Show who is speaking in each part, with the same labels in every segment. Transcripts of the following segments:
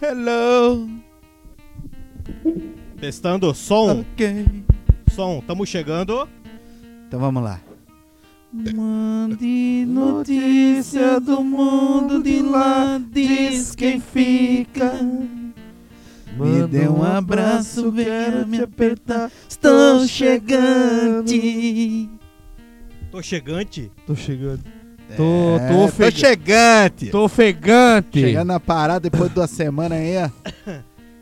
Speaker 1: Hello,
Speaker 2: Testando som.
Speaker 1: ok.
Speaker 2: Som, tamo chegando.
Speaker 1: Então vamos lá. Mande notícia do mundo de lá, diz quem fica. Me dê um abraço, quero me apertar. Estou chegando.
Speaker 2: Tô chegante.
Speaker 3: Tô chegando. Tô,
Speaker 1: É,
Speaker 3: tô, ofega-
Speaker 1: chegante.
Speaker 3: tô ofegante.
Speaker 1: Chegando na parada depois de duas semanas aí, ó.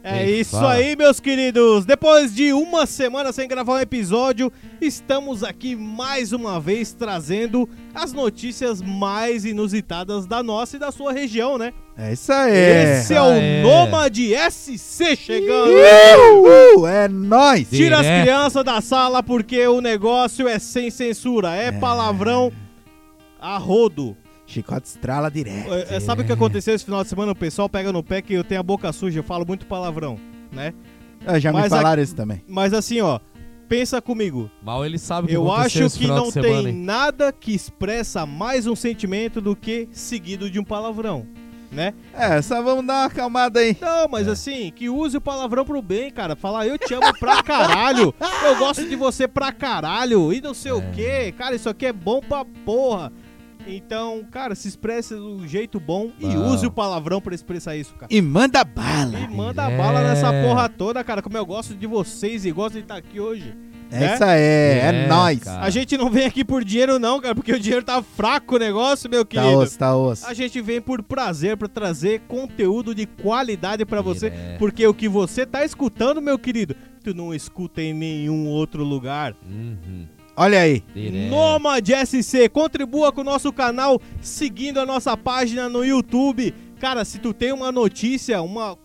Speaker 2: É
Speaker 3: Ei,
Speaker 2: isso
Speaker 3: fala.
Speaker 2: aí, meus queridos. Depois de uma semana sem gravar um episódio, estamos aqui mais uma vez trazendo as notícias mais inusitadas da nossa e da sua região, né?
Speaker 1: É isso aí.
Speaker 2: Esse é o
Speaker 3: É.
Speaker 2: Nômade SC chegando.
Speaker 1: Uhul, é nóis.
Speaker 2: Tira as
Speaker 3: Direto.
Speaker 2: crianças da sala porque o negócio é sem censura, é palavrão a rodo.
Speaker 1: Chicote estrala direto.
Speaker 2: É, é, sabe o que aconteceu esse final de semana? O pessoal pega no pé que eu tenho a boca suja, eu falo muito palavrão, né?
Speaker 1: Ah, já me
Speaker 2: Mas
Speaker 1: falaram isso também.
Speaker 2: Mas assim, ó, pensa comigo.
Speaker 3: Mal ele sabe o que
Speaker 2: Eu
Speaker 3: aconteceu
Speaker 2: acho
Speaker 3: esse
Speaker 2: que
Speaker 3: final
Speaker 2: não
Speaker 3: de semana,
Speaker 2: tem
Speaker 3: hein?
Speaker 2: nada que expressa mais um sentimento do que seguido de um palavrão, né?
Speaker 1: É, só vamos dar uma acalmada aí.
Speaker 2: Não, mas assim, que use o palavrão pro bem, cara. Falar eu te amo pra caralho, eu gosto de você pra caralho e não sei o quê. Cara, isso aqui é bom pra porra. Então, cara, se expresse do jeito bom e
Speaker 3: Bom.
Speaker 2: use o palavrão pra expressar isso, cara.
Speaker 1: E manda bala.
Speaker 2: E manda
Speaker 3: É.
Speaker 2: bala nessa porra toda, cara. Como eu gosto de vocês e gosto de estar aqui hoje. né?
Speaker 1: Essa é, é,
Speaker 3: É,
Speaker 1: nóis.
Speaker 3: cara.
Speaker 2: A gente não vem aqui por dinheiro, não, cara, porque o dinheiro tá fraco o negócio, meu
Speaker 1: Tá
Speaker 2: querido.
Speaker 1: osso, tá osso.
Speaker 2: A gente vem por prazer pra trazer conteúdo de qualidade pra você,
Speaker 3: Direto.
Speaker 2: porque o que você tá escutando, meu querido, tu não escuta em nenhum outro lugar.
Speaker 3: Uhum.
Speaker 1: Olha aí.
Speaker 3: Direto.
Speaker 2: Nomad SC, contribua com o nosso canal seguindo a nossa página no YouTube. Cara, se tu tem uma notícia, uma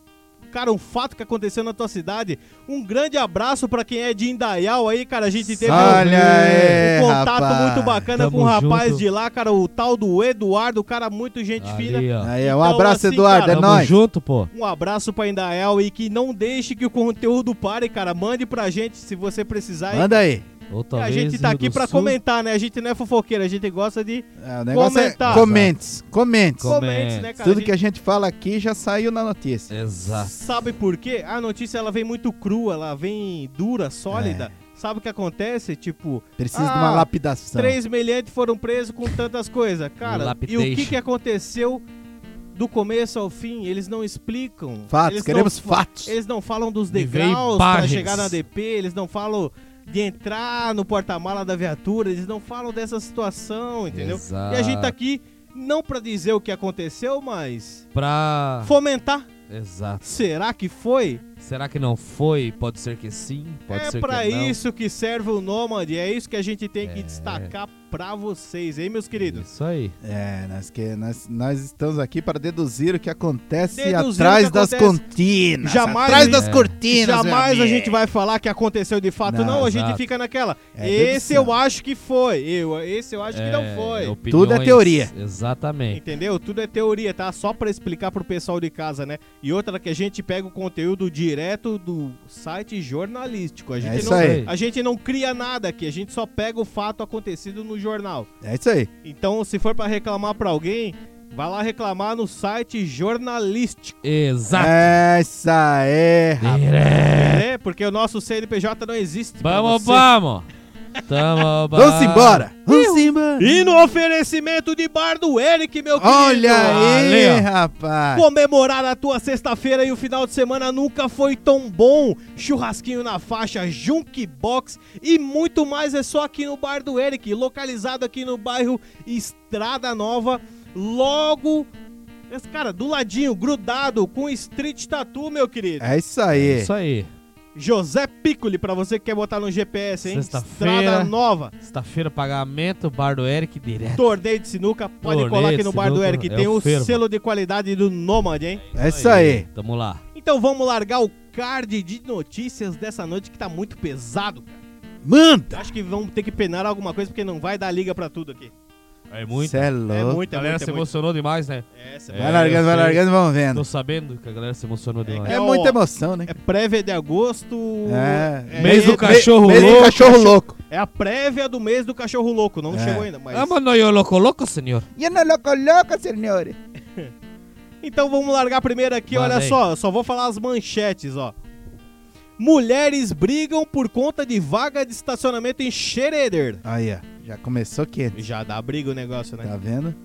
Speaker 2: cara, um fato que aconteceu na tua cidade, um grande abraço pra quem é de Indaial aí, cara, a gente teve um-
Speaker 1: Olha aí,
Speaker 2: um contato
Speaker 1: rapaz.
Speaker 2: muito bacana
Speaker 3: Tamo
Speaker 2: com um rapaz
Speaker 3: junto.
Speaker 2: de lá, cara, o tal do Eduardo, cara, muito gente fina.
Speaker 3: Ali, ó.
Speaker 1: Aí, um
Speaker 2: Então,
Speaker 1: abraço,
Speaker 2: assim,
Speaker 1: Eduardo.
Speaker 2: cara,
Speaker 1: é
Speaker 3: Tamo
Speaker 1: nóis.
Speaker 3: junto, pô.
Speaker 2: Um abraço pra Indael e que não deixe que o conteúdo pare, cara. Mande pra gente se você precisar. E
Speaker 1: Manda aí.
Speaker 3: Outra
Speaker 2: a
Speaker 3: vez,
Speaker 2: gente tá
Speaker 3: Rio
Speaker 2: aqui
Speaker 3: do
Speaker 2: pra
Speaker 3: Sul.
Speaker 2: comentar, né? A gente não é fofoqueiro, a gente gosta de
Speaker 1: É, o negócio
Speaker 2: Comentar.
Speaker 1: é comentes, comentes.
Speaker 3: Com-
Speaker 2: comentários, né, cara?
Speaker 1: Tudo
Speaker 2: A É.
Speaker 1: que é- a gente fala aqui já saiu na notícia.
Speaker 3: Exato.
Speaker 2: Sabe por quê? A notícia ela vem muito crua, ela vem dura, sólida.
Speaker 1: É.
Speaker 2: Sabe o que acontece? Tipo,
Speaker 1: Precisa
Speaker 2: Ah,
Speaker 1: de uma lapidação.
Speaker 2: três meliantes foram presos com tantas coisas. Cara, e o que,
Speaker 3: Lapidation.
Speaker 2: que aconteceu do começo ao fim? Eles não explicam.
Speaker 1: Fatos,
Speaker 2: Eles não
Speaker 1: queremos fatos.
Speaker 2: Eles não falam dos
Speaker 3: Me veio
Speaker 2: degraus pra
Speaker 3: imagens.
Speaker 2: chegar na DP, eles não falam de entrar no porta-mala da viatura, eles não falam dessa situação, entendeu?
Speaker 3: Exato.
Speaker 2: E a gente tá aqui não pra dizer o que aconteceu, mas
Speaker 3: Pra...
Speaker 2: fomentar.
Speaker 3: Exato.
Speaker 2: Será que foi?
Speaker 3: Será que não foi? Pode ser que sim, pode
Speaker 2: é
Speaker 3: ser
Speaker 2: pra
Speaker 3: que não.
Speaker 2: isso que serve o Nomad, é isso que a gente tem que destacar pra vocês, hein, meus queridos?
Speaker 3: Isso aí.
Speaker 1: É, nós, que, nós, nós estamos aqui para deduzir o que acontece
Speaker 2: Deduzir o que
Speaker 1: atrás das
Speaker 2: acontece.
Speaker 1: cortinas.
Speaker 2: Jamais
Speaker 1: atrás
Speaker 2: a
Speaker 1: das
Speaker 3: gente-
Speaker 1: cortinas. meu
Speaker 2: Jamais a
Speaker 1: amigo.
Speaker 2: gente vai falar que aconteceu de fato, não.
Speaker 1: Não,
Speaker 2: a gente
Speaker 3: exato.
Speaker 2: fica naquela.
Speaker 1: É
Speaker 2: esse
Speaker 1: dedução.
Speaker 2: eu acho que foi. Eu, esse eu acho que não
Speaker 3: É,
Speaker 2: foi.
Speaker 3: opiniões,
Speaker 1: Tudo é teoria.
Speaker 3: Exatamente.
Speaker 2: Entendeu? Tudo é teoria, tá? Só pra explicar pro pessoal de casa, né? E outra que a gente pega o conteúdo direto do site jornalístico. A gente,
Speaker 1: É isso
Speaker 2: não,
Speaker 1: aí.
Speaker 2: a gente não cria nada aqui, a gente só pega o fato acontecido no jornal.
Speaker 1: É isso aí.
Speaker 2: Então, se for pra reclamar pra alguém, vai lá reclamar no site jornalístico,
Speaker 3: Exato.
Speaker 1: É isso aí, rapaz.
Speaker 3: Direto.
Speaker 2: né? Porque o nosso CNPJ não existe. pra
Speaker 3: É. Vamos,
Speaker 2: você.
Speaker 3: vamos. Tamo
Speaker 1: Vamos
Speaker 3: vamos.
Speaker 1: embora. Vamos embora.
Speaker 2: E no oferecimento de bar do Eric, meu querido!
Speaker 1: Olha aí,
Speaker 3: Ali, ó.
Speaker 1: rapaz.
Speaker 2: Comemorar a tua sexta-feira e o final de semana nunca foi tão bom. Churrasquinho na faixa, Junkbox e muito mais é só aqui no Bar do Eric, localizado aqui no bairro Estrada Nova, logo. Esse cara, do ladinho, grudado com Street Tattoo, meu querido.
Speaker 1: É isso aí.
Speaker 3: Isso aí.
Speaker 2: José Piccoli, pra você que quer botar no GPS, hein?
Speaker 3: Sexta-feira.
Speaker 2: Estrada Nova.
Speaker 3: Sexta-feira, pagamento, bar do Eric direto.
Speaker 2: Torneio de sinuca, pode
Speaker 3: Torneio
Speaker 2: colar aqui
Speaker 3: de
Speaker 2: no Bar do
Speaker 3: sinuca,
Speaker 2: Eric.
Speaker 3: é
Speaker 2: Tem
Speaker 3: o
Speaker 2: o
Speaker 3: fervo.
Speaker 2: selo de qualidade do Nomad, hein?
Speaker 1: É isso aí.
Speaker 3: Tamo lá.
Speaker 2: Então vamos largar o card de notícias dessa noite que tá muito pesado, cara.
Speaker 1: Manda.
Speaker 2: Acho que vamos ter que penar alguma coisa porque não vai dar liga pra tudo aqui.
Speaker 3: É muito.
Speaker 1: Cê é louco.
Speaker 2: É muito,
Speaker 3: A
Speaker 2: é
Speaker 3: galera
Speaker 2: muito,
Speaker 3: se
Speaker 2: é muito.
Speaker 3: emocionou demais, né?
Speaker 2: É, essa
Speaker 1: Vai
Speaker 3: É,
Speaker 2: é,
Speaker 1: largando,
Speaker 3: eu
Speaker 1: vai
Speaker 3: sei.
Speaker 1: largando, vamos vendo.
Speaker 3: Tô sabendo que a galera se emocionou demais.
Speaker 1: É
Speaker 2: É o-
Speaker 1: muita emoção, né?
Speaker 2: é prévia de agosto.
Speaker 1: É.
Speaker 3: Mês do
Speaker 2: é-
Speaker 3: cachorro.
Speaker 1: Mês do
Speaker 3: louco.
Speaker 1: cachorro louco.
Speaker 2: É a prévia do mês do cachorro louco. Não
Speaker 1: É.
Speaker 2: chegou ainda, mas.
Speaker 3: Ah, mano, eu louco, louco, senhor.
Speaker 1: E não louco, louco, senhor.
Speaker 2: Então vamos largar primeiro aqui, olha
Speaker 3: Valeu.
Speaker 2: só, eu só vou falar as manchetes, ó. Mulheres brigam por conta de vaga de estacionamento em Schroeder.
Speaker 1: Aí, ó. Já começou quente.
Speaker 2: Já dá briga o negócio, né?
Speaker 1: Tá vendo?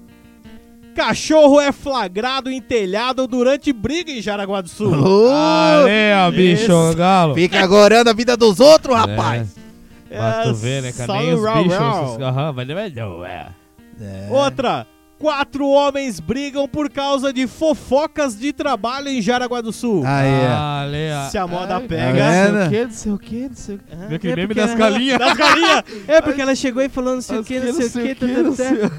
Speaker 2: Cachorro é flagrado em telhado durante briga em Jaraguá do Sul.
Speaker 1: Ô,
Speaker 3: Ah, Valeu, bicho,
Speaker 2: Esse-
Speaker 3: galo.
Speaker 1: Fica agorando a vida dos outros, rapaz.
Speaker 2: É,
Speaker 3: Mas tu vê, né, cara?
Speaker 2: só
Speaker 3: Nem
Speaker 2: o
Speaker 3: os
Speaker 2: rau,
Speaker 3: bichos.
Speaker 2: rau.
Speaker 3: esses- Aham, valeu, valeu, é.
Speaker 1: É.
Speaker 2: Outra. Quatro homens brigam por causa de fofocas de trabalho em Jaraguá do Sul.
Speaker 1: Ah.
Speaker 3: Ah,
Speaker 1: Aí, é.
Speaker 3: Valeu.
Speaker 2: Se a moda
Speaker 3: Ai,
Speaker 2: pega-
Speaker 3: cara,
Speaker 1: Tá vendo?
Speaker 3: Não sei o que, não sei o que, não sei o que. Viu aquele
Speaker 2: é
Speaker 3: meme
Speaker 2: porque
Speaker 3: das
Speaker 2: ela-
Speaker 3: galinhas?
Speaker 2: Das galinhas! É porque ela chegou aí falando não sei o
Speaker 3: As
Speaker 2: que, não sei
Speaker 3: galinhas,
Speaker 2: o que,
Speaker 3: não sei o que, não sei o
Speaker 2: tá.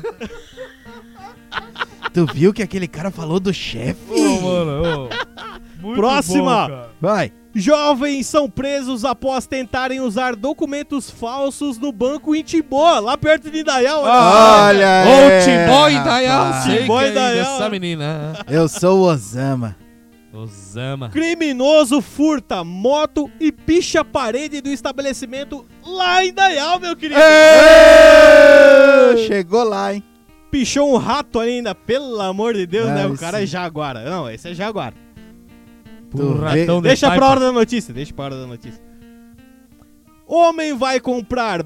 Speaker 1: ó. Tu viu que aquele cara falou do chefe?
Speaker 3: Ô, mano, ô. Muito
Speaker 2: Próxima.
Speaker 3: bom, cara.
Speaker 1: Vai.
Speaker 2: Jovens são presos após tentarem usar documentos falsos no banco em Timbó, lá perto de Indaial. olha
Speaker 3: Ah,
Speaker 2: só.
Speaker 1: Olha
Speaker 3: Ô,
Speaker 1: aí,
Speaker 3: o Timbó Dayal,
Speaker 1: É, rapaz.
Speaker 3: sei
Speaker 2: Timbó
Speaker 3: que é
Speaker 2: Indaial.
Speaker 3: dessa menina. né?
Speaker 1: Eu sou o Osama.
Speaker 3: Osama.
Speaker 2: Criminoso furta moto e picha a parede do estabelecimento lá em Indaial, meu querido.
Speaker 1: É. Chegou lá, hein?
Speaker 2: Pichou um rato ainda, pelo amor de Deus,
Speaker 1: Ah,
Speaker 2: né? O
Speaker 1: esse-
Speaker 2: cara é jaguara. Não, esse é jaguara.
Speaker 1: Tu vê-
Speaker 3: Ratão de
Speaker 2: Deixa
Speaker 3: pai,
Speaker 2: pra hora da notícia, deixa pra hora da notícia. Homem vai comprar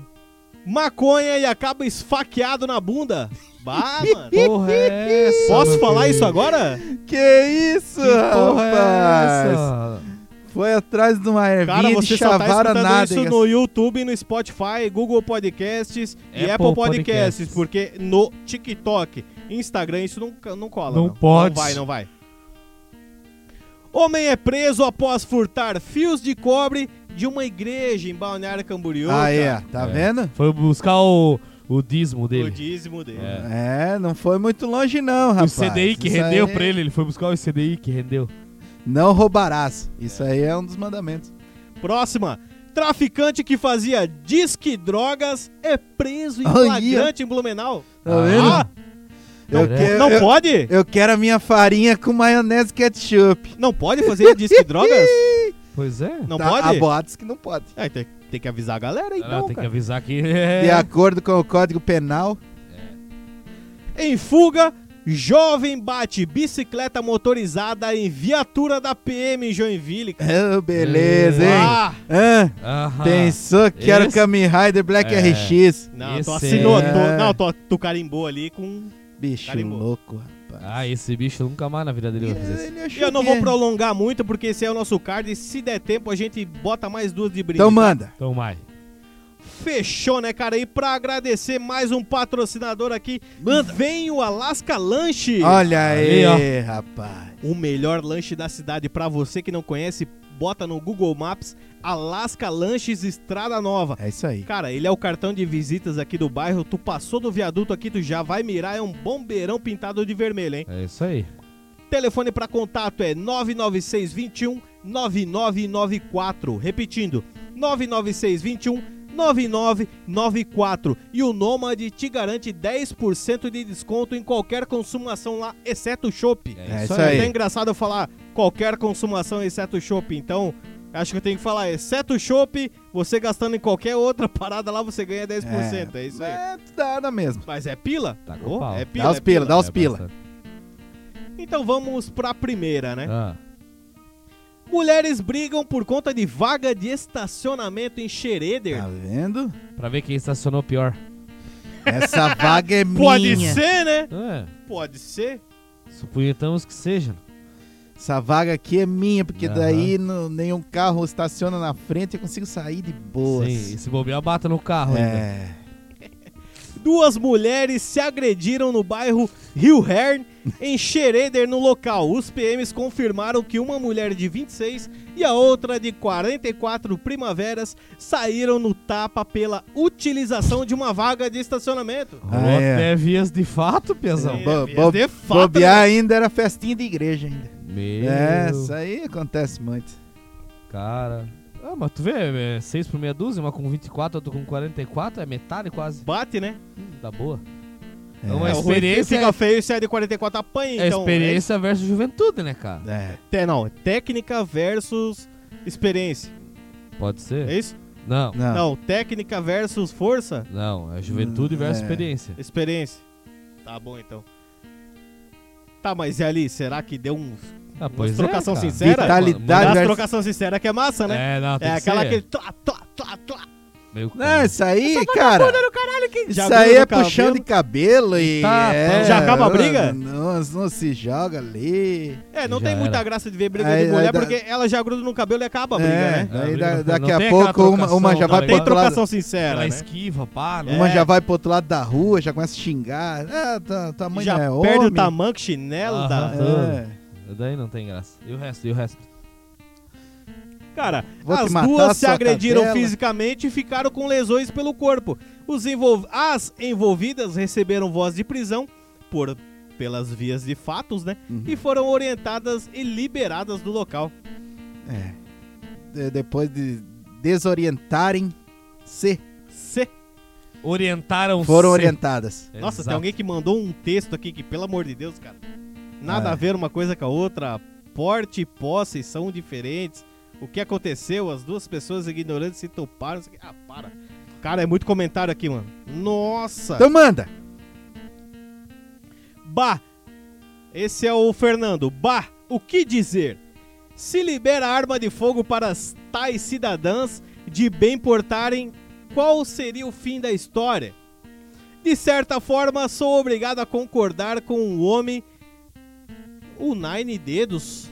Speaker 2: maconha e acaba esfaqueado na bunda. Bah, mano.
Speaker 3: Que Porra é essa?
Speaker 2: Posso
Speaker 3: meu
Speaker 2: falar
Speaker 3: querido?
Speaker 2: isso agora?
Speaker 1: Que isso,
Speaker 3: Que porra é
Speaker 1: Ah, rapaz?
Speaker 3: essa?
Speaker 1: Foi atrás de uma ervinha
Speaker 2: Cara,
Speaker 1: de
Speaker 2: você só tá
Speaker 1: chavara
Speaker 2: escutando
Speaker 1: nada.
Speaker 2: isso
Speaker 1: hein?
Speaker 2: no YouTube, no Spotify, Google Podcasts e
Speaker 3: Apple
Speaker 2: Apple Podcasts,
Speaker 3: Podcasts.
Speaker 2: porque no TikTok, Instagram, isso não, não cola.
Speaker 3: Não pode.
Speaker 2: Não vai, não vai. Homem é preso após furtar fios de cobre de uma igreja em Balneário Camboriú.
Speaker 1: Ah, é.
Speaker 2: cara.
Speaker 1: Tá
Speaker 3: É.
Speaker 1: vendo?
Speaker 3: Foi buscar o, o dízimo
Speaker 2: O
Speaker 3: dele.
Speaker 2: dízimo dele.
Speaker 3: É.
Speaker 1: É, não foi muito longe não,
Speaker 3: O
Speaker 1: rapaz.
Speaker 3: CDI que
Speaker 1: Isso
Speaker 3: rendeu
Speaker 1: aí-
Speaker 3: pra ele, ele foi buscar o CDI que rendeu.
Speaker 1: Não roubarás. Isso aí é um dos mandamentos.
Speaker 2: Próxima. Traficante que fazia disque drogas é preso em
Speaker 1: Olha.
Speaker 2: flagrante em Blumenau.
Speaker 1: Tá vendo?
Speaker 2: Ah,
Speaker 1: eu,
Speaker 3: não-
Speaker 1: quero,
Speaker 2: não
Speaker 1: eu,
Speaker 2: pode?
Speaker 1: eu quero a minha farinha com maionese ketchup.
Speaker 2: Não pode fazer disque drogas?
Speaker 3: Pois é.
Speaker 2: Não
Speaker 1: Tá,
Speaker 2: pode?
Speaker 1: Há boatos que não pode.
Speaker 2: É, tem, tem que avisar a galera
Speaker 3: Ah,
Speaker 2: então,
Speaker 3: tem que
Speaker 2: cara.
Speaker 3: avisar que
Speaker 1: De
Speaker 3: é.
Speaker 1: acordo com o Código Penal.
Speaker 2: Em fuga, jovem bate bicicleta motorizada em viatura da PM em Joinville. cara.
Speaker 1: Oh, beleza, hein?
Speaker 2: Ah,
Speaker 1: Ah,
Speaker 3: Aham.
Speaker 1: pensou que era o
Speaker 3: Esse-
Speaker 1: Kamen Rider Black
Speaker 3: É.
Speaker 1: RX.
Speaker 2: não,
Speaker 3: Esse
Speaker 2: tu assinou,
Speaker 1: é-
Speaker 2: tu- não, tu, tu carimbou ali com...
Speaker 1: Bicho
Speaker 2: Carimbou.
Speaker 1: louco, rapaz.
Speaker 3: Ah, esse bicho nunca mais na vida dele vai fazer isso.
Speaker 1: Ele achou
Speaker 2: Eu não
Speaker 1: que
Speaker 2: vou
Speaker 1: é.
Speaker 2: prolongar muito, porque esse é o nosso card, e se der tempo a gente bota mais duas de brinde.
Speaker 1: Então manda.
Speaker 3: Então vai.
Speaker 2: Fechou, né, cara? E pra agradecer mais um patrocinador aqui, vem o Alaska Lanche.
Speaker 1: Olha aí,
Speaker 3: Ali,
Speaker 1: rapaz.
Speaker 2: O melhor lanche da cidade pra você que não conhece, bota no Google Maps Alaska Lanches Estrada Nova.
Speaker 1: É isso aí.
Speaker 2: Cara, ele é o cartão de visitas aqui do bairro. Tu passou do viaduto aqui, tu já vai mirar. É um bombeirão pintado de vermelho, hein?
Speaker 3: É isso aí.
Speaker 2: Telefone pra contato é 99621 9994. Repetindo, 99621 9994. E o Nômade te garante 10% de desconto em qualquer consumação lá, exceto o chopp.
Speaker 1: É isso
Speaker 2: É
Speaker 1: aí.
Speaker 2: até engraçado eu falar qualquer consumação exceto o chopp, então acho que eu tenho que falar, exceto o chopp, você gastando em qualquer outra parada lá, você ganha 10%, é, isso aí.
Speaker 1: É, dá na mesma.
Speaker 2: Mas é pila?
Speaker 3: Tá com
Speaker 2: Ô,
Speaker 3: pau.
Speaker 2: é
Speaker 3: Dá
Speaker 2: pila,
Speaker 1: dá os
Speaker 2: é
Speaker 1: pila, dá os
Speaker 3: É
Speaker 1: pila.
Speaker 3: bastante.
Speaker 2: Então vamos pra primeira, né?
Speaker 3: Ah,
Speaker 2: Mulheres brigam por conta de vaga de estacionamento em Xereder.
Speaker 1: Tá vendo?
Speaker 3: pra ver quem estacionou pior.
Speaker 1: Essa vaga é minha.
Speaker 2: Pode ser, né?
Speaker 3: É,
Speaker 2: Pode ser.
Speaker 3: suponhamos que seja.
Speaker 1: Essa vaga aqui é minha, porque
Speaker 3: Aham.
Speaker 1: daí no- nenhum carro estaciona na frente e eu consigo sair de boas.
Speaker 3: Sim, e se bobear, bata no carro ainda.
Speaker 1: é.
Speaker 2: Duas mulheres se agrediram no bairro Rio Hern, em Xereder, no local. Os PMs confirmaram que uma mulher de 26 e a outra de 44 primaveras saíram no tapa pela utilização de uma vaga de estacionamento.
Speaker 3: Rolou
Speaker 1: Ah, é.
Speaker 3: até vias de fato, pesão.
Speaker 1: bo-
Speaker 2: É,
Speaker 1: bo-
Speaker 2: de fato,
Speaker 1: Bobear
Speaker 2: né?
Speaker 1: ainda era festinha de igreja ainda.
Speaker 3: Meu,
Speaker 1: É, isso aí acontece muito.
Speaker 3: cara. Ah, mas tu vê, 6 por meia dúzia, uma com 24, outra com 44, é metade quase.
Speaker 2: Bate, né?
Speaker 3: Hum, Tá boa.
Speaker 1: É.
Speaker 3: Não, A
Speaker 2: É, o ruim
Speaker 3: experiência
Speaker 2: fica
Speaker 3: é-
Speaker 2: feio se é de 44 apanha,
Speaker 3: é
Speaker 2: então.
Speaker 3: experiência versus juventude, né, cara?
Speaker 1: É.
Speaker 2: é- te- não, técnica versus experiência.
Speaker 3: Pode ser?
Speaker 2: É isso?
Speaker 3: Não,
Speaker 1: Não.
Speaker 2: Não, técnica versus força.
Speaker 3: não, é juventude versus
Speaker 1: É.
Speaker 3: experiência.
Speaker 2: Experiência. Tá bom então. Tá, mas e ali, será que deu um.
Speaker 3: Ah, pois é,
Speaker 2: trocação
Speaker 3: cara.
Speaker 2: sincera?
Speaker 1: Vitalidade
Speaker 2: Dá as
Speaker 1: versus-
Speaker 2: trocação sincera que é massa, né?
Speaker 3: É, não, tem
Speaker 2: É,
Speaker 3: que
Speaker 2: aquela
Speaker 3: ser.
Speaker 2: aquele. Tlá, tlá, tlá, tlá.
Speaker 3: Meio
Speaker 1: Não, é
Speaker 3: com-
Speaker 1: isso aí,
Speaker 2: é
Speaker 1: cara.
Speaker 2: Já
Speaker 1: Isso aí
Speaker 2: gruda
Speaker 1: é
Speaker 2: no cabelo.
Speaker 1: puxando de cabelo e.
Speaker 3: Tá,
Speaker 1: é,
Speaker 2: já acaba a briga?
Speaker 1: Não, não se joga ali.
Speaker 2: É, não
Speaker 3: Já
Speaker 2: tem muita
Speaker 3: era.
Speaker 2: graça de ver briga
Speaker 1: Aí-
Speaker 2: de
Speaker 1: aí
Speaker 2: mulher,
Speaker 1: dá-
Speaker 2: porque ela já gruda no cabelo e acaba a briga,
Speaker 1: É,
Speaker 2: né?
Speaker 3: né?
Speaker 1: aí
Speaker 3: É,
Speaker 1: da-
Speaker 3: briga-
Speaker 1: daqui
Speaker 3: não
Speaker 1: a
Speaker 3: tem
Speaker 1: pouco
Speaker 3: aquela
Speaker 1: uma, uma já vai
Speaker 3: trocação
Speaker 1: pro
Speaker 2: tá Tem
Speaker 1: outro lado.
Speaker 2: trocação sincera,
Speaker 3: Aquela
Speaker 2: né?
Speaker 3: esquiva, pá, né?
Speaker 1: Uma
Speaker 2: É.
Speaker 1: já vai pro outro lado da rua, já começa a xingar. Ah, tua, tua mãe
Speaker 2: já
Speaker 1: não é homem.
Speaker 2: perde o tamanco, chinelo da.
Speaker 3: Aham.
Speaker 1: É.
Speaker 3: Daí não tem graça. E o resto, e o resto?
Speaker 2: Cara,
Speaker 1: Vou te
Speaker 2: as
Speaker 1: matar,
Speaker 2: duas se
Speaker 1: sua
Speaker 2: agrediram
Speaker 1: cadela.
Speaker 2: fisicamente e ficaram com lesões pelo corpo. Os envol- As envolvidas receberam voz de prisão por pelas vias de fatos, né?
Speaker 1: Uhum.
Speaker 2: E foram orientadas e liberadas do local.
Speaker 1: É. De- Depois de desorientarem-se,
Speaker 2: C.
Speaker 3: Orientaram
Speaker 1: foram orientadas.
Speaker 2: Nossa, tem alguém que mandou um texto aqui que, pelo amor de Deus, cara, nada
Speaker 1: É.
Speaker 2: a ver uma coisa com a outra. Porte e posse são diferentes. O que aconteceu? As duas pessoas ignorantes se toparam. não sei o quê. Ah, para. Cara, é muito comentário aqui, mano. Nossa!
Speaker 1: Então manda!
Speaker 2: Bah! Esse é o Fernando. Bah! O que dizer? Se libera arma de fogo para as tais cidadãs de bem portarem, qual seria o fim da história? De certa forma, sou obrigado a concordar com o homem. O Nine Dedos.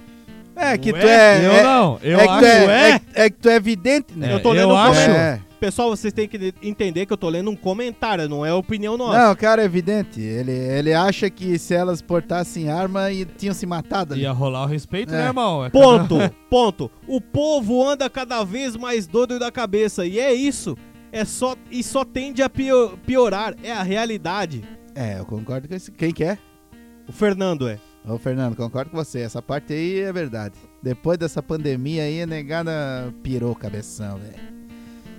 Speaker 1: É que tu
Speaker 3: Ué,
Speaker 1: é.
Speaker 3: Eu
Speaker 1: é,
Speaker 3: não, eu
Speaker 1: é que tu
Speaker 3: acho.
Speaker 1: é, é que- é que tu é vidente, né?
Speaker 2: eu tô
Speaker 3: eu
Speaker 2: lendo o
Speaker 3: acho-
Speaker 2: comentário.
Speaker 1: É.
Speaker 2: Pessoal, vocês têm que entender que eu tô lendo um comentário, não é opinião nossa.
Speaker 1: Não, cara, é evidente. Ele, ele acha que se elas portassem arma e tinham se matado ali.
Speaker 3: Ia rolar o respeito,
Speaker 1: É.
Speaker 3: né, irmão? É
Speaker 2: Ponto, ponto. O povo anda cada vez mais doido da cabeça e é isso. É só e só tende a pio- piorar, é a realidade.
Speaker 1: É, eu concordo com isso. Quem quer?
Speaker 2: O Fernando é.
Speaker 1: Ô, Fernando, concordo com você. Essa parte aí é verdade. Depois dessa pandemia aí, a negada pirou o cabeção, velho.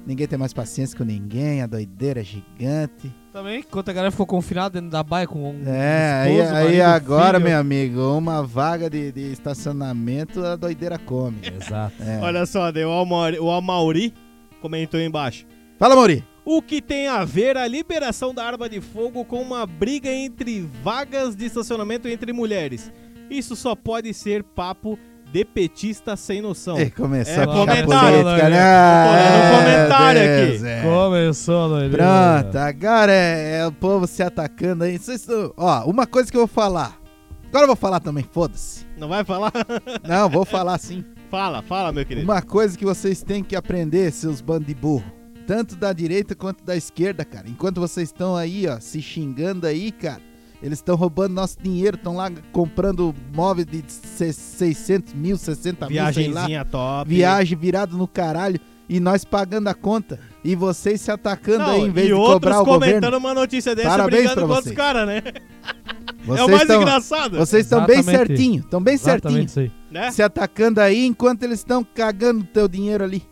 Speaker 1: Ninguém tem mais paciência com ninguém, a doideira é gigante.
Speaker 3: Também, enquanto a galera ficou confinada dentro da baia com um
Speaker 1: É, aí,
Speaker 3: esposo,
Speaker 1: aí
Speaker 3: marido,
Speaker 1: agora,
Speaker 3: filho.
Speaker 1: meu amigo, uma vaga de, de estacionamento, a doideira come.
Speaker 3: Exato.
Speaker 1: É.
Speaker 2: Olha só, daí o Amauri, o Amauri comentou aí embaixo.
Speaker 1: Fala, Mauri!
Speaker 2: O que tem a ver a liberação da arma de fogo com uma briga entre vagas de estacionamento entre mulheres? Isso só pode ser papo de petista sem noção.
Speaker 1: Ei, começou
Speaker 2: É,
Speaker 1: a puxar
Speaker 2: comentário,
Speaker 1: política,
Speaker 3: né?
Speaker 1: né?
Speaker 2: Tô lendo comentário
Speaker 1: meu
Speaker 2: aqui.
Speaker 1: Deus, é.
Speaker 3: Começou a doideira. né?
Speaker 1: Pronto, tá agora é, é o povo se atacando aí. Vocês não- ó, uma coisa que eu vou falar. Agora eu vou falar também, foda-se.
Speaker 2: Não vai falar?
Speaker 1: Não, vou falar sim.
Speaker 2: fala, fala, meu querido.
Speaker 1: Uma coisa que vocês têm que aprender, seus bandos de burro. Tanto da direita quanto da esquerda, cara. Enquanto vocês estão aí, ó, se xingando aí, cara. Eles estão roubando nosso dinheiro, estão lá comprando móveis de se- 600 mil, 60 mil, sei lá.
Speaker 2: Viagenzinha top.
Speaker 1: Viagem virado no caralho. E nós pagando a conta. E vocês se atacando aí em vez
Speaker 2: e
Speaker 1: de
Speaker 2: outros
Speaker 1: cobrar o
Speaker 2: comentando
Speaker 1: governo.
Speaker 2: uma notícia dessa
Speaker 1: Parabéns
Speaker 2: brigando
Speaker 1: pra
Speaker 2: com outros
Speaker 1: vocês.
Speaker 2: caras, né?
Speaker 1: Vocês
Speaker 2: é o mais
Speaker 1: tão-
Speaker 2: engraçado,
Speaker 1: Vocês estão bem
Speaker 3: Exatamente.
Speaker 1: certinho, estão bem certinho.
Speaker 3: Exatamente isso aí.
Speaker 2: né?
Speaker 1: Se atacando aí enquanto eles estão cagando teu dinheiro ali.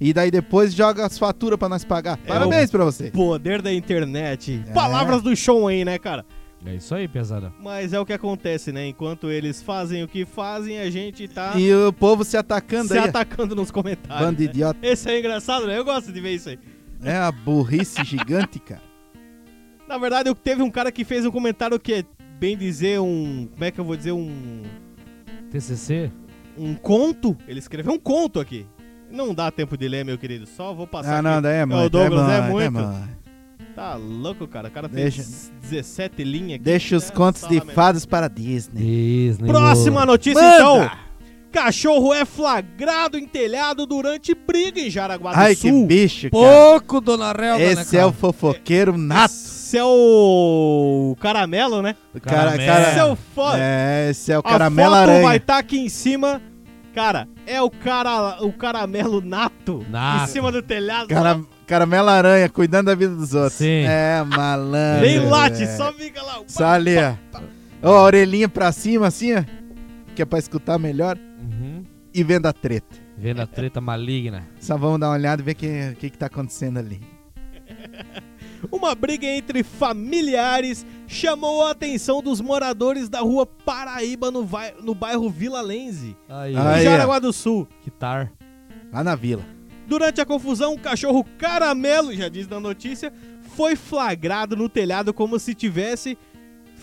Speaker 1: E daí depois joga as faturas pra nós pagar.
Speaker 2: É,
Speaker 1: Parabéns pra você.
Speaker 2: Poder da internet.
Speaker 1: É.
Speaker 2: Palavras do show aí, né, cara?
Speaker 3: É isso aí, pesada.
Speaker 2: Mas é o que acontece, né? Enquanto eles fazem o que fazem, a gente tá
Speaker 1: E o povo se atacando
Speaker 2: se
Speaker 1: aí.
Speaker 2: atacando nos comentários.
Speaker 1: Bando
Speaker 2: né?
Speaker 1: idiota.
Speaker 2: Esse é engraçado, né? Eu gosto de ver isso aí.
Speaker 1: É uma burrice gigante, cara.
Speaker 2: Na verdade, eu- teve um cara que fez um comentário que é bem dizer um. Como é que eu vou dizer? Um.
Speaker 3: TCC?
Speaker 2: Um conto? Ele escreveu um conto aqui. Não dá tempo de ler, meu querido. Só vou passar.
Speaker 1: Ah, não,
Speaker 2: aqui.
Speaker 1: daí é muito.
Speaker 2: Douglas, é
Speaker 1: muito,
Speaker 2: muito. Tá louco, cara. O cara fez
Speaker 1: Deixa-
Speaker 2: 17 linhas aqui.
Speaker 1: Deixa os
Speaker 2: né?
Speaker 1: contos de
Speaker 2: Solamente.
Speaker 1: fadas para Disney.
Speaker 3: Disney.
Speaker 2: Próxima notícia,
Speaker 1: Manda!
Speaker 2: então. Cachorro é flagrado em telhado durante briga em Jaraguá do
Speaker 1: Ai, que
Speaker 2: Sul.
Speaker 1: bicho, cara.
Speaker 3: Pouco, dona Relda, né,
Speaker 1: Esse é o fofoqueiro nato.
Speaker 2: Esse é o caramelo, né?
Speaker 1: Cara,
Speaker 3: Caramelo.
Speaker 1: cara,
Speaker 2: Esse é o foda.
Speaker 1: É, esse é o
Speaker 2: A
Speaker 1: caramelo
Speaker 2: foto
Speaker 1: aranha.
Speaker 2: vai estar aqui em cima. Cara, é o, cara, o caramelo nato, em
Speaker 3: Nato.
Speaker 2: cima do telhado.
Speaker 1: Cara, caramelo aranha, cuidando da vida dos outros.
Speaker 3: Sim.
Speaker 1: É, malandro.
Speaker 2: Nem late,
Speaker 1: velho.
Speaker 2: só fica lá.
Speaker 1: Só ali, ó. Ó, a orelhinha pra cima, assim, ó. Que é pra escutar melhor.
Speaker 3: Uhum.
Speaker 1: E vendo a treta.
Speaker 3: Vendo a treta maligna.
Speaker 1: Só vamos dar uma olhada e ver o que, que, que tá acontecendo ali.
Speaker 2: Uma briga entre familiares chamou a atenção dos moradores da rua Paraíba, no, vai- no bairro Vila Lense,
Speaker 3: Aí,
Speaker 1: Aí,
Speaker 2: em
Speaker 1: ó.
Speaker 2: Jaraguá do Sul.
Speaker 3: que tar.
Speaker 1: Lá na vila.
Speaker 2: Durante a confusão, um cachorro caramelo, já diz na notícia, foi flagrado no telhado como se tivesse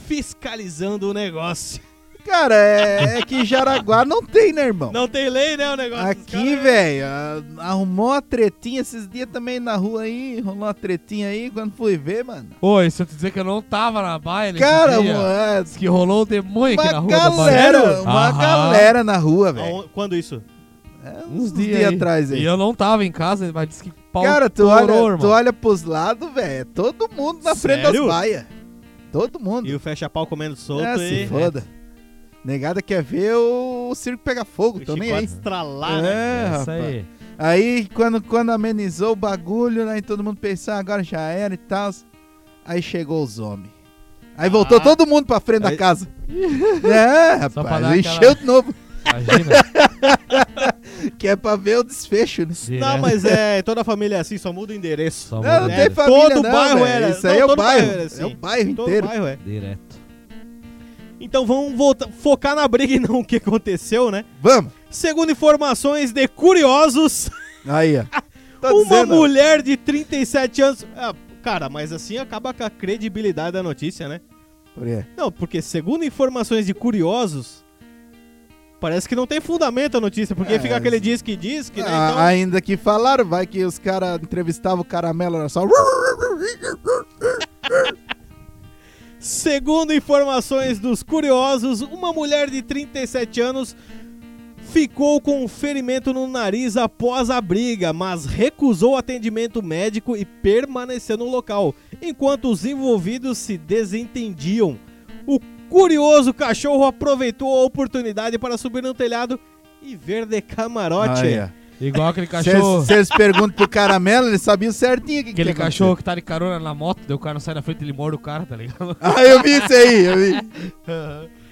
Speaker 2: fiscalizando o negócio.
Speaker 1: Cara, é, é que Jaraguá não tem, né, irmão?
Speaker 2: Não tem lei, né, o negócio dos
Speaker 1: Aqui,
Speaker 3: é-
Speaker 2: caras?
Speaker 1: velho, a- arrumou uma tretinha esses dias também na rua aí, rolou uma tretinha aí, quando fui ver, mano.
Speaker 3: Ô, e se eu te dizer que eu não tava na baia nesse
Speaker 1: Cara,
Speaker 3: dia?
Speaker 1: mano,
Speaker 3: Diz que rolou o demônio aqui
Speaker 1: uma
Speaker 3: na rua da baia.
Speaker 1: galera, uma
Speaker 3: Aham.
Speaker 1: galera na rua, velho.
Speaker 2: Aon- Quando isso?
Speaker 1: É,
Speaker 3: Uns
Speaker 1: dias
Speaker 3: dias aí.
Speaker 1: atrás
Speaker 3: E
Speaker 1: aí.
Speaker 3: eu não tava em casa, mas disse que pau
Speaker 1: Cara, tu
Speaker 3: torou,
Speaker 1: olha,
Speaker 3: irmão.
Speaker 1: tu olha pros lados, velho, é todo mundo na frente das
Speaker 2: Sério?
Speaker 1: baias. Todo mundo.
Speaker 2: E o fecha-pau comendo solto
Speaker 1: É,
Speaker 2: e...
Speaker 1: se foda. Negada quer ver o circo pegar fogo, tô
Speaker 2: o
Speaker 1: nem
Speaker 2: chicote
Speaker 1: aí.
Speaker 2: estralar, né?
Speaker 1: É,
Speaker 3: É
Speaker 1: rapaz.
Speaker 3: Isso aí.
Speaker 1: Aí quando, quando amenizou o bagulho, né, e todo mundo pensou, "Ah, agora já era e tal. Aí chegou os homens. Aí voltou
Speaker 2: Ah.
Speaker 1: todo mundo pra frente da
Speaker 2: Aí-
Speaker 1: casa. é,
Speaker 3: Só pra dar
Speaker 1: rapaz,
Speaker 3: aquela-
Speaker 1: encheu de novo.
Speaker 3: Imagina.
Speaker 1: Que é pra ver o desfecho, né?
Speaker 2: Não,
Speaker 3: direto.
Speaker 2: mas é, toda família é assim, só muda o endereço.
Speaker 3: Só
Speaker 1: Não, não
Speaker 3: muda
Speaker 1: tem
Speaker 3: direto.
Speaker 1: família
Speaker 2: é. Todo
Speaker 1: não,
Speaker 2: bairro
Speaker 1: velho.
Speaker 2: era-
Speaker 1: Isso
Speaker 2: não,
Speaker 1: aí é o
Speaker 2: todo bairro
Speaker 1: bairro,
Speaker 2: era
Speaker 1: é o
Speaker 2: assim.
Speaker 1: bairro
Speaker 2: Todo
Speaker 1: inteiro.
Speaker 2: bairro é.
Speaker 3: Direto.
Speaker 2: Então vamos voltar, focar na briga e não o que aconteceu, né?
Speaker 1: Vamos.
Speaker 2: Segundo informações de curiosos,
Speaker 1: Aí, ó. Tô
Speaker 2: uma
Speaker 1: Tá dizendo, ó.
Speaker 2: mulher de 37 anos... Ah, cara, mas assim acaba com a credibilidade da notícia, né?
Speaker 1: Por quê?
Speaker 2: Não, porque segundo informações de curiosos, parece que não tem fundamento a notícia, porque
Speaker 1: É,
Speaker 2: fica aquele diz que diz que, né?
Speaker 1: Ah,
Speaker 2: então-
Speaker 1: Ainda que falaram, vai que os caras entrevistavam o caramelo, era só.
Speaker 2: Segundo informações dos curiosos, uma mulher de 37 anos ficou com um ferimento no nariz após a briga, mas recusou atendimento médico e permaneceu no local, enquanto os envolvidos se desentendiam. O curioso cachorro aproveitou a oportunidade para subir no telhado e ver de camarote.
Speaker 1: Aí, ó.
Speaker 3: Igual aquele
Speaker 1: Se
Speaker 3: cachorro.
Speaker 1: eles- se eles perguntam pro caramelo, ele sabia certinho o que que
Speaker 3: Aquele
Speaker 1: ia acontecer.
Speaker 3: cachorro que tá de carona na moto, daí o cara não sai da frente, ele morde o cara, tá ligado?
Speaker 1: Ah, eu vi isso aí, eu vi.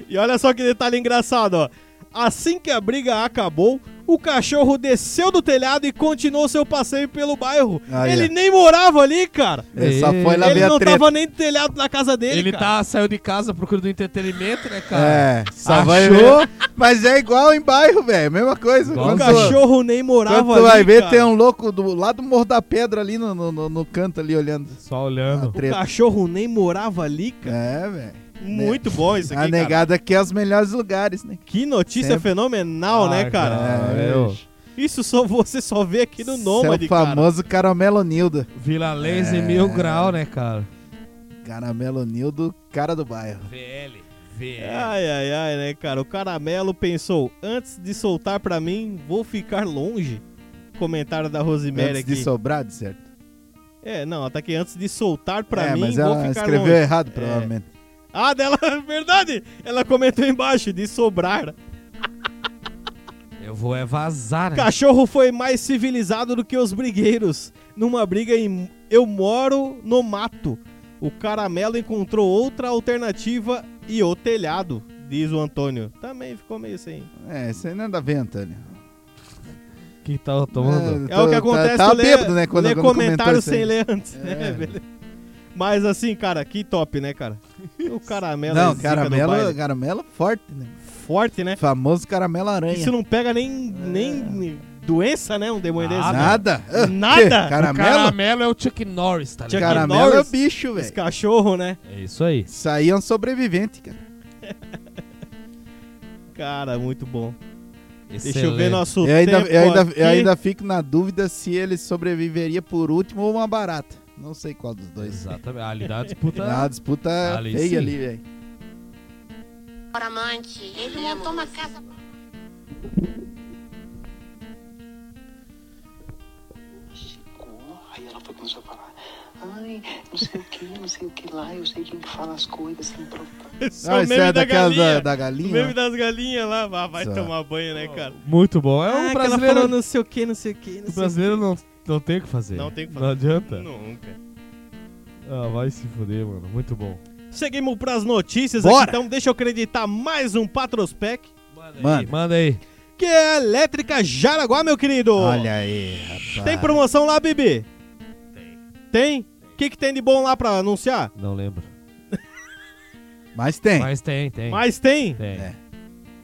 Speaker 2: E olha só que detalhe engraçado, ó. Assim que a briga acabou, o cachorro desceu do telhado e continuou seu passeio pelo bairro.
Speaker 1: Aí,
Speaker 2: ele
Speaker 1: ó.
Speaker 2: nem morava ali, cara.
Speaker 1: Ele É, só foi lá
Speaker 2: ele
Speaker 1: ver a
Speaker 2: não
Speaker 1: treta.
Speaker 2: tava nem no telhado da casa dele,
Speaker 3: Ele
Speaker 2: cara.
Speaker 3: tá, saiu de casa procurando entretenimento, né, cara?
Speaker 1: É, só vai ver. Mas é igual em bairro, velho, mesma coisa.
Speaker 3: Igual
Speaker 2: O
Speaker 1: Quando tu-
Speaker 2: um cachorro nem morava
Speaker 1: Quando tu
Speaker 2: ali,
Speaker 1: vai ver,
Speaker 2: cara.
Speaker 1: tem um louco do, lá do Morro da Pedra ali no, no, no- no canto ali olhando.
Speaker 3: Só
Speaker 1: a
Speaker 3: olhando.
Speaker 2: O
Speaker 1: treta.
Speaker 2: cachorro nem morava ali, cara.
Speaker 1: É, velho.
Speaker 2: Muito bom isso
Speaker 1: A
Speaker 2: aqui, cara.
Speaker 1: negada aqui é os melhores lugares, né?
Speaker 2: Que notícia
Speaker 1: Sempre.
Speaker 2: fenomenal,
Speaker 3: Ah,
Speaker 2: né, cara?
Speaker 3: cara.
Speaker 1: é,
Speaker 3: eu-
Speaker 1: bicho.
Speaker 2: Isso só você só vê aqui no Nômade,
Speaker 1: Isso é o
Speaker 2: cara.
Speaker 1: famoso Caramelo Nildo.
Speaker 3: Vila Lense
Speaker 1: É.
Speaker 3: mil grau, né, cara?
Speaker 1: Caramelo Nildo, cara do bairro.
Speaker 3: VL. VL.
Speaker 2: Ai, ai, ai, né, cara? O caramelo pensou, antes de soltar pra mim, vou ficar longe. Comentário da Rosemary
Speaker 1: Antes de
Speaker 2: aqui.
Speaker 1: sobrar, de certo.
Speaker 2: É, não, tá aqui antes de soltar pra
Speaker 1: é,
Speaker 2: mim,
Speaker 1: mas
Speaker 2: vou
Speaker 1: ela
Speaker 2: ficar
Speaker 1: escreveu
Speaker 2: longe. É.
Speaker 1: errado, provavelmente.
Speaker 2: Ah, dela, verdade. Ela comentou embaixo de sobrar.
Speaker 3: Eu vou é vazar, né?
Speaker 2: Cachorro foi mais civilizado do que os brigueiros. Numa briga em eu moro no mato. O caramelo encontrou outra alternativa e o telhado, diz o Antônio. Também ficou meio sem.
Speaker 1: É, né? isso aí nada a ver, Antônio.
Speaker 3: Que tá tomando?
Speaker 2: É o que
Speaker 1: tá-
Speaker 2: acontece
Speaker 1: Tá,
Speaker 2: tu
Speaker 1: tá
Speaker 2: lê-
Speaker 1: bêbado, né? Quando,
Speaker 2: lê
Speaker 1: quando
Speaker 2: comentário
Speaker 1: comentou isso
Speaker 2: sem
Speaker 1: aí. É.
Speaker 2: ler antes, né? Beleza. Mas assim, cara, que top, né, cara? O caramelo é
Speaker 1: Não,
Speaker 2: zica do
Speaker 1: caramelo,
Speaker 2: baile.
Speaker 1: caramelo forte, né?
Speaker 2: forte, né?
Speaker 1: Famoso caramelo aranha.
Speaker 2: Isso não pega nem, nem doença, né? Um demônio desse.
Speaker 3: Nada.
Speaker 1: É. Nada. Ah,
Speaker 2: Nada?
Speaker 1: quê?
Speaker 2: O
Speaker 3: Caramelo?
Speaker 1: Caramelo?
Speaker 3: é o Chuck Norris, tá
Speaker 2: Chuck-
Speaker 3: ligado?
Speaker 1: Caramelo é
Speaker 2: Norris.
Speaker 1: bicho,
Speaker 2: Esse
Speaker 1: velho.
Speaker 2: cachorro, né?
Speaker 3: É isso aí.
Speaker 1: Isso aí é um sobrevivente, cara.
Speaker 2: Cara, muito bom.
Speaker 3: Excelente.
Speaker 2: Deixa eu ver nosso
Speaker 1: Eu ainda,
Speaker 2: tempo
Speaker 1: eu, ainda,
Speaker 2: aqui.
Speaker 1: eu ainda fico na dúvida se ele sobreviveria por último ou uma barata. Não sei qual dos dois.
Speaker 3: Exatamente. Ali dá uma disputa.
Speaker 1: Na Ah, disputa
Speaker 3: Ali
Speaker 1: feia
Speaker 3: sim.
Speaker 1: ali, velho.
Speaker 4: Para amante, ele montou uma casa
Speaker 5: Ficou, Aí ela foi começou a falar, ai, não sei o que, não sei o que lá, eu sei quem que fala as coisas sem provar.
Speaker 2: Esse é
Speaker 1: Ah,
Speaker 2: o
Speaker 1: isso
Speaker 2: meme da
Speaker 1: é daquela da,
Speaker 2: galinha.
Speaker 1: da
Speaker 2: O
Speaker 1: galinha?
Speaker 2: meme
Speaker 1: né?
Speaker 2: das galinhas lá. Ah, vai
Speaker 1: Só.
Speaker 2: tomar banho, né, cara?
Speaker 3: Muito bom. É um
Speaker 2: ah, que ela
Speaker 3: brasileiro.
Speaker 2: falou não sei o que, não sei o que, não
Speaker 3: O
Speaker 2: sei o
Speaker 3: brasileiro não, não tem o que fazer.
Speaker 2: Não tem o que
Speaker 3: Não
Speaker 2: fazer.
Speaker 3: adianta.
Speaker 2: que. Nunca.
Speaker 3: Ah, vai se fuder, mano. Muito bom.
Speaker 2: Seguimos pras notícias
Speaker 1: Bora.
Speaker 2: aqui, então deixa eu acreditar mais um Patrospec.
Speaker 1: Mano.
Speaker 3: Manda aí.
Speaker 2: que é a Elétrica Jaraguá, meu querido.
Speaker 1: Olha aí, rapaz.
Speaker 2: Tem promoção lá, Bibi? Tem. Tem? O que, que tem de bom lá pra anunciar?
Speaker 3: Não lembro.
Speaker 1: Mas tem.
Speaker 3: Mas tem, tem.
Speaker 2: Mas tem.
Speaker 3: Tem.
Speaker 1: É.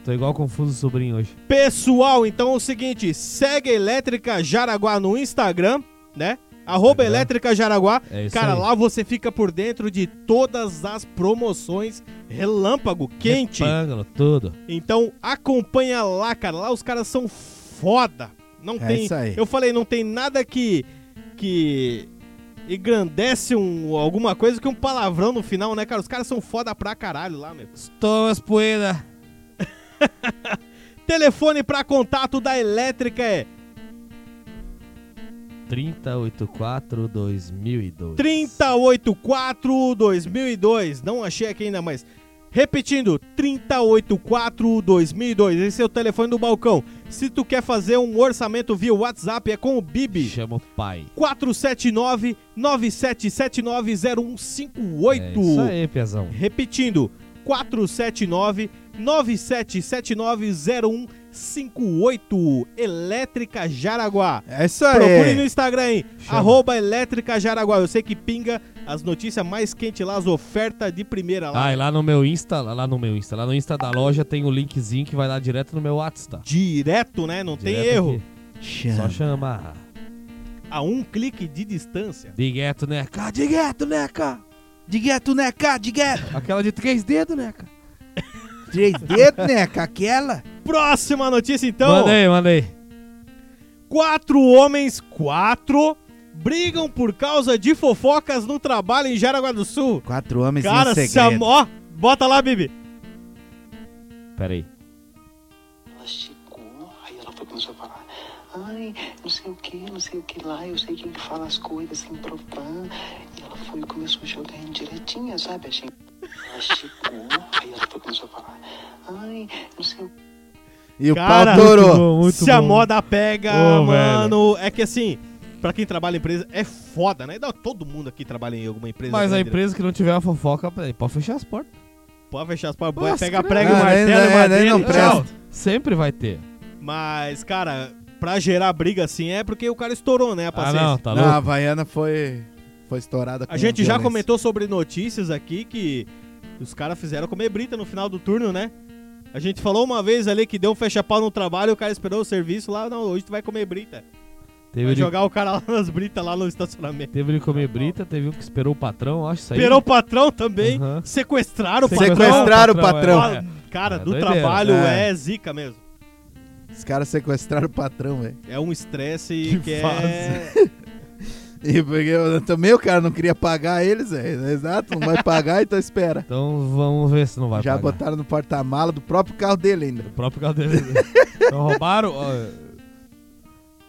Speaker 3: Tô igual confuso sobrinho hoje.
Speaker 2: Pessoal, então é o seguinte, segue a Elétrica Jaraguá no Instagram, né? Arroba
Speaker 3: É.
Speaker 2: Elétrica Jaraguá.
Speaker 3: É isso
Speaker 2: Cara,
Speaker 3: aí.
Speaker 2: lá você fica por dentro de todas as promoções relâmpago quente.
Speaker 3: Pângalo, tudo.
Speaker 2: Então acompanha lá, cara. Lá os caras são foda. Não
Speaker 1: É
Speaker 2: tem.
Speaker 1: isso aí.
Speaker 2: Eu falei, não tem nada que. que. engrandece um, alguma coisa que um palavrão no final, né, cara? Os caras são foda pra caralho lá, meu.
Speaker 3: Estou as poeiras.
Speaker 2: Telefone pra contato da Elétrica é
Speaker 3: 3084 2002.
Speaker 2: 3084 2002. Não achei aqui ainda, mas. Repetindo, 3084 2002. Esse é o telefone do balcão. Se tu quer fazer um orçamento via WhatsApp, é com o Bibi.
Speaker 3: Chama o pai.
Speaker 2: 479
Speaker 3: É isso
Speaker 2: 97790158.
Speaker 3: aí, Piazão.
Speaker 2: Repetindo, 479 97790158 Elétrica Jaraguá.
Speaker 1: É isso aí.
Speaker 2: Procure no Instagram aí,
Speaker 3: Chama.
Speaker 2: arroba Elétrica Jaraguá. Eu sei que pinga as notícias mais quentes lá, as ofertas de primeira lá.
Speaker 3: Ah, e lá no meu Insta, lá no meu Insta, lá no Insta da loja tem o linkzinho que vai lá direto no meu WhatsApp.
Speaker 2: Direto, né? Não tem
Speaker 3: Direto
Speaker 2: erro.
Speaker 3: aqui. Só
Speaker 1: Chama.
Speaker 3: chama.
Speaker 2: A um clique de distância.
Speaker 3: Digueto, né? Cara, de-
Speaker 1: Digueto, Neca. Digueto, Neca, digueto.
Speaker 3: Aquela de três dedos, né, cara?
Speaker 1: Três dedos,
Speaker 2: né?
Speaker 1: Neca, aquela.
Speaker 2: Próxima notícia, então.
Speaker 3: Manda aí, manda aí.
Speaker 2: Quatro homens, quatro, brigam por causa de fofocas no trabalho em Jaraguá do Sul.
Speaker 1: Quatro homens
Speaker 2: Cara,
Speaker 1: em
Speaker 2: se
Speaker 1: segredo.
Speaker 2: am- ó, bota lá, Bibi.
Speaker 3: Pera aí.
Speaker 5: Ela chegou, aí ela foi começou a falar, ai, não sei o que, não sei o que lá, eu sei quem que fala as coisas sem provar. E ela foi e começou a jogar indiretinha, sabe, a gente? Ela chegou, aí ela foi começou a falar, ai, não sei o que.
Speaker 1: E o
Speaker 2: Cara,
Speaker 1: pau torou.
Speaker 3: bom, muito
Speaker 2: se
Speaker 3: bom.
Speaker 2: a moda pega,
Speaker 3: Ô,
Speaker 2: mano. É que assim, pra quem trabalha em empresa, é foda, né? Não, todo mundo aqui trabalha em alguma empresa.
Speaker 3: Mas a
Speaker 2: grande, né?
Speaker 3: empresa que não tiver a fofoca, peraí, pode fechar as portas.
Speaker 2: Pode fechar as portas,
Speaker 3: Nossa,
Speaker 2: pega a
Speaker 3: cara. é,
Speaker 2: prega,
Speaker 1: Ah,
Speaker 2: o martelo,
Speaker 1: daí-
Speaker 2: o
Speaker 1: daí- daí
Speaker 2: madeira
Speaker 1: não
Speaker 2: e tchau.
Speaker 1: presta.
Speaker 3: Sempre vai ter.
Speaker 2: Mas, cara, pra gerar briga assim é porque o cara estourou, né? A
Speaker 3: Ah,
Speaker 2: paciência.
Speaker 3: não, tá
Speaker 1: Não, a
Speaker 3: louco?
Speaker 1: Havaiana foi, foi estourada com
Speaker 2: A gente já
Speaker 1: violência.
Speaker 2: comentou sobre notícias aqui que os caras fizeram comer brita no final do turno, né? A gente falou uma vez ali que deu um fecha-pau no trabalho, o cara esperou o serviço lá, não, hoje tu vai comer brita.
Speaker 3: Teve
Speaker 2: Vai
Speaker 3: de,
Speaker 2: jogar o cara lá nas britas lá no estacionamento.
Speaker 3: teve de comer brita, teve um que esperou o patrão, acho isso aí.
Speaker 2: Esperou o patrão também,
Speaker 3: Aham.
Speaker 2: sequestraram o patrão.
Speaker 1: Sequestraram o patrão.
Speaker 3: é.
Speaker 2: Ah, Cara,
Speaker 3: É
Speaker 2: do
Speaker 3: doideira.
Speaker 2: trabalho é.
Speaker 1: É.
Speaker 2: zica mesmo.
Speaker 1: Os caras sequestraram o patrão, velho.
Speaker 2: É um estresse que, é...
Speaker 1: E porque eu- também o cara não queria pagar eles, velho. Exato, não vai pagar, então espera.
Speaker 3: Então vamos ver se não vai
Speaker 1: já
Speaker 3: pagar.
Speaker 1: botaram no porta-mala do próprio carro dele ainda.
Speaker 3: O próprio carro dele. então roubaram. ó,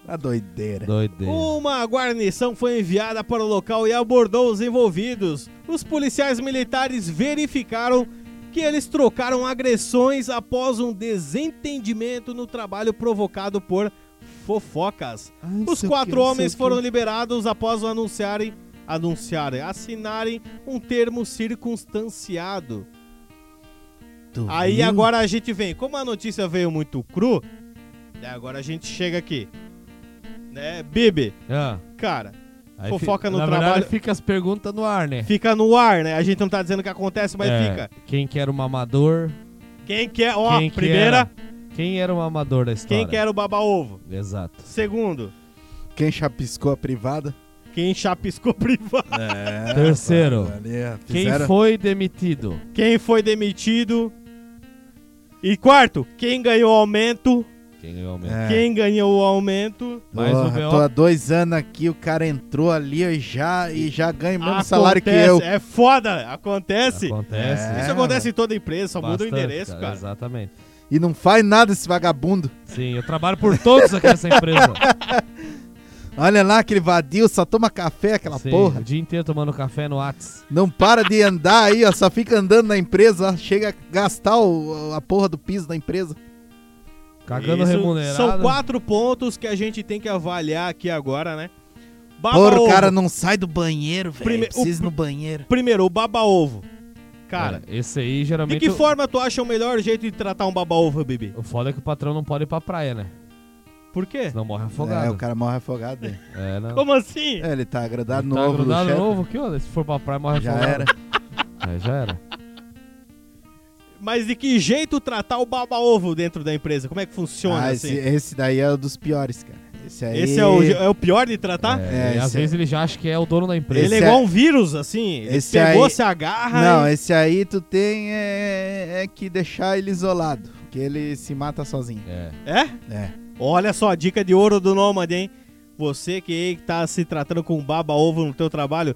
Speaker 1: A doideira.
Speaker 3: Doideira.
Speaker 2: Uma guarnição foi enviada para o local e abordou os envolvidos. Os policiais militares verificaram que eles trocaram agressões após um desentendimento no trabalho provocado por fofocas. Os quatro homens foram liberados após anunciarem, anunciarem, assinarem um termo circunstanciado. Aí
Speaker 1: Hum.
Speaker 2: agora a gente vem, como a notícia veio muito cru, né, agora a gente chega aqui. Né, Bibi,
Speaker 3: Ah,
Speaker 2: cara,
Speaker 3: aí
Speaker 2: Fofoca
Speaker 3: fi-
Speaker 2: no
Speaker 3: na verdade,
Speaker 2: trabalho.
Speaker 3: fica as perguntas no ar, né?
Speaker 2: fica no ar, né? A gente não tá dizendo que acontece, mas
Speaker 3: É,
Speaker 2: fica.
Speaker 3: Quem que era o mamador?
Speaker 2: Quem quer, ó,
Speaker 3: quem né? que
Speaker 2: primeira,
Speaker 3: era- quem era o mamador da história?
Speaker 2: quem quer o baba-ovo.
Speaker 3: Exato.
Speaker 2: Segundo,
Speaker 1: Quem chapiscou a privada?
Speaker 2: quem chapiscou privado.
Speaker 1: É.
Speaker 3: Terceiro.
Speaker 1: ali, ó,
Speaker 3: Quem
Speaker 1: fizeram-
Speaker 3: foi demitido?
Speaker 1: É.
Speaker 2: Quem foi demitido. E quarto, quem ganhou o aumento.
Speaker 3: Quem ganhou mesmo?
Speaker 1: É.
Speaker 2: Quem ganhou o aumento.
Speaker 3: Mas um o
Speaker 1: Porra,
Speaker 3: BO
Speaker 1: tô há dois anos aqui, o cara entrou ali e já, e já ganha o mesmo
Speaker 2: Acontece,
Speaker 1: salário que eu.
Speaker 2: É foda, acontece.
Speaker 3: Acontece.
Speaker 1: É,
Speaker 2: Isso acontece em toda empresa, só muda o
Speaker 3: Bastante,
Speaker 2: endereço, cara.
Speaker 3: Exatamente.
Speaker 1: E não faz nada esse vagabundo.
Speaker 3: Sim, eu trabalho por todos aqui nessa empresa.
Speaker 1: Olha lá aquele vadio, só toma café aquela
Speaker 3: Sim,
Speaker 1: porra.
Speaker 3: O dia inteiro tomando café no Whats.
Speaker 1: Não para de andar aí, ó, só fica andando na empresa, ó, chega a gastar o- a porra do piso da empresa.
Speaker 3: Tá Cagando
Speaker 2: Isso
Speaker 3: remunerado. É,
Speaker 2: São quatro pontos que a gente tem que avaliar aqui agora, né? Baba
Speaker 1: Porra, o
Speaker 2: ovo.
Speaker 1: cara não sai do banheiro, velho.
Speaker 2: Prime-
Speaker 1: Precisa
Speaker 2: o-
Speaker 1: ir no banheiro.
Speaker 2: Primeiro, o baba-ovo. Cara,
Speaker 3: Cara, esse aí
Speaker 2: de
Speaker 3: geralmente.
Speaker 2: que
Speaker 3: o-
Speaker 2: forma tu acha o melhor jeito de tratar um baba-ovo, Bibi?
Speaker 3: O foda é que o patrão não pode ir pra praia, né?
Speaker 2: Por quê?
Speaker 3: Senão morre afogado.
Speaker 1: É, o cara morre afogado. né?
Speaker 3: É, não.
Speaker 2: Como assim?
Speaker 1: É, ele tá agradado no
Speaker 3: tá
Speaker 1: ovo do
Speaker 3: grudado
Speaker 1: chefe.
Speaker 3: novo aqui, ó. Se for pra praia, morre
Speaker 1: Já
Speaker 3: afogado.
Speaker 1: era.
Speaker 3: É, já era.
Speaker 2: Mas de que jeito tratar o baba-ovo dentro da empresa? Como é que funciona
Speaker 1: Ah,
Speaker 2: assim?
Speaker 1: esse, esse daí é o dos piores, cara. Esse aí.
Speaker 2: Esse é o, é o pior de tratar?
Speaker 3: É,
Speaker 1: É,
Speaker 3: e às
Speaker 1: esse-
Speaker 3: vezes ele já acha que é o dono da empresa.
Speaker 2: Ele é
Speaker 1: Esse
Speaker 2: igual
Speaker 1: é-
Speaker 2: um vírus, assim. Ele
Speaker 1: esse
Speaker 2: pegou,
Speaker 1: aí-
Speaker 2: se agarra.
Speaker 1: Não,
Speaker 2: e-
Speaker 1: esse aí tu tem é, é que deixar ele isolado. Que ele se mata sozinho.
Speaker 3: É.
Speaker 2: é?
Speaker 1: É.
Speaker 2: Olha só a dica de ouro do Nômade, hein? Você que aí tá se tratando com baba-ovo no teu trabalho,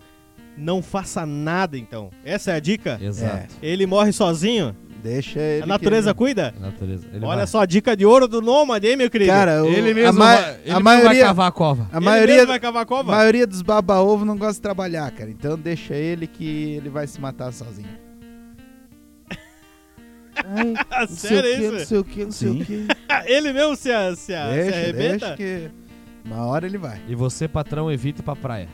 Speaker 2: não faça nada, então. Essa é a dica?
Speaker 3: Exato. É.
Speaker 2: Ele morre sozinho?
Speaker 1: Deixa ele.
Speaker 2: a natureza
Speaker 1: que
Speaker 2: cuida?
Speaker 3: A Natureza. Ele
Speaker 2: Olha
Speaker 3: vai.
Speaker 2: só a dica de ouro do Nômade, hein, meu
Speaker 1: ele...
Speaker 2: querido?
Speaker 1: Cara, o-
Speaker 3: Ele mesmo,
Speaker 1: a, ma-
Speaker 3: vai,
Speaker 1: a
Speaker 3: ele mesmo vai
Speaker 1: maioria,
Speaker 3: cavar a cova.
Speaker 1: a
Speaker 2: Ele
Speaker 1: maioria,
Speaker 2: mesmo vai cavar a
Speaker 1: a
Speaker 2: cova?
Speaker 1: maioria dos baba-ovo não gosta de trabalhar, cara. Então deixa ele que ele vai se matar sozinho. Ai,
Speaker 2: Ah, Sério isso? Ah,
Speaker 1: sei o que, não sei o que.
Speaker 2: Ele mesmo se, a- se, a- se
Speaker 1: Deixa,
Speaker 2: arrebenta?
Speaker 1: deixa que uma hora ele vai.
Speaker 3: E você, patrão, evita ir pra praia.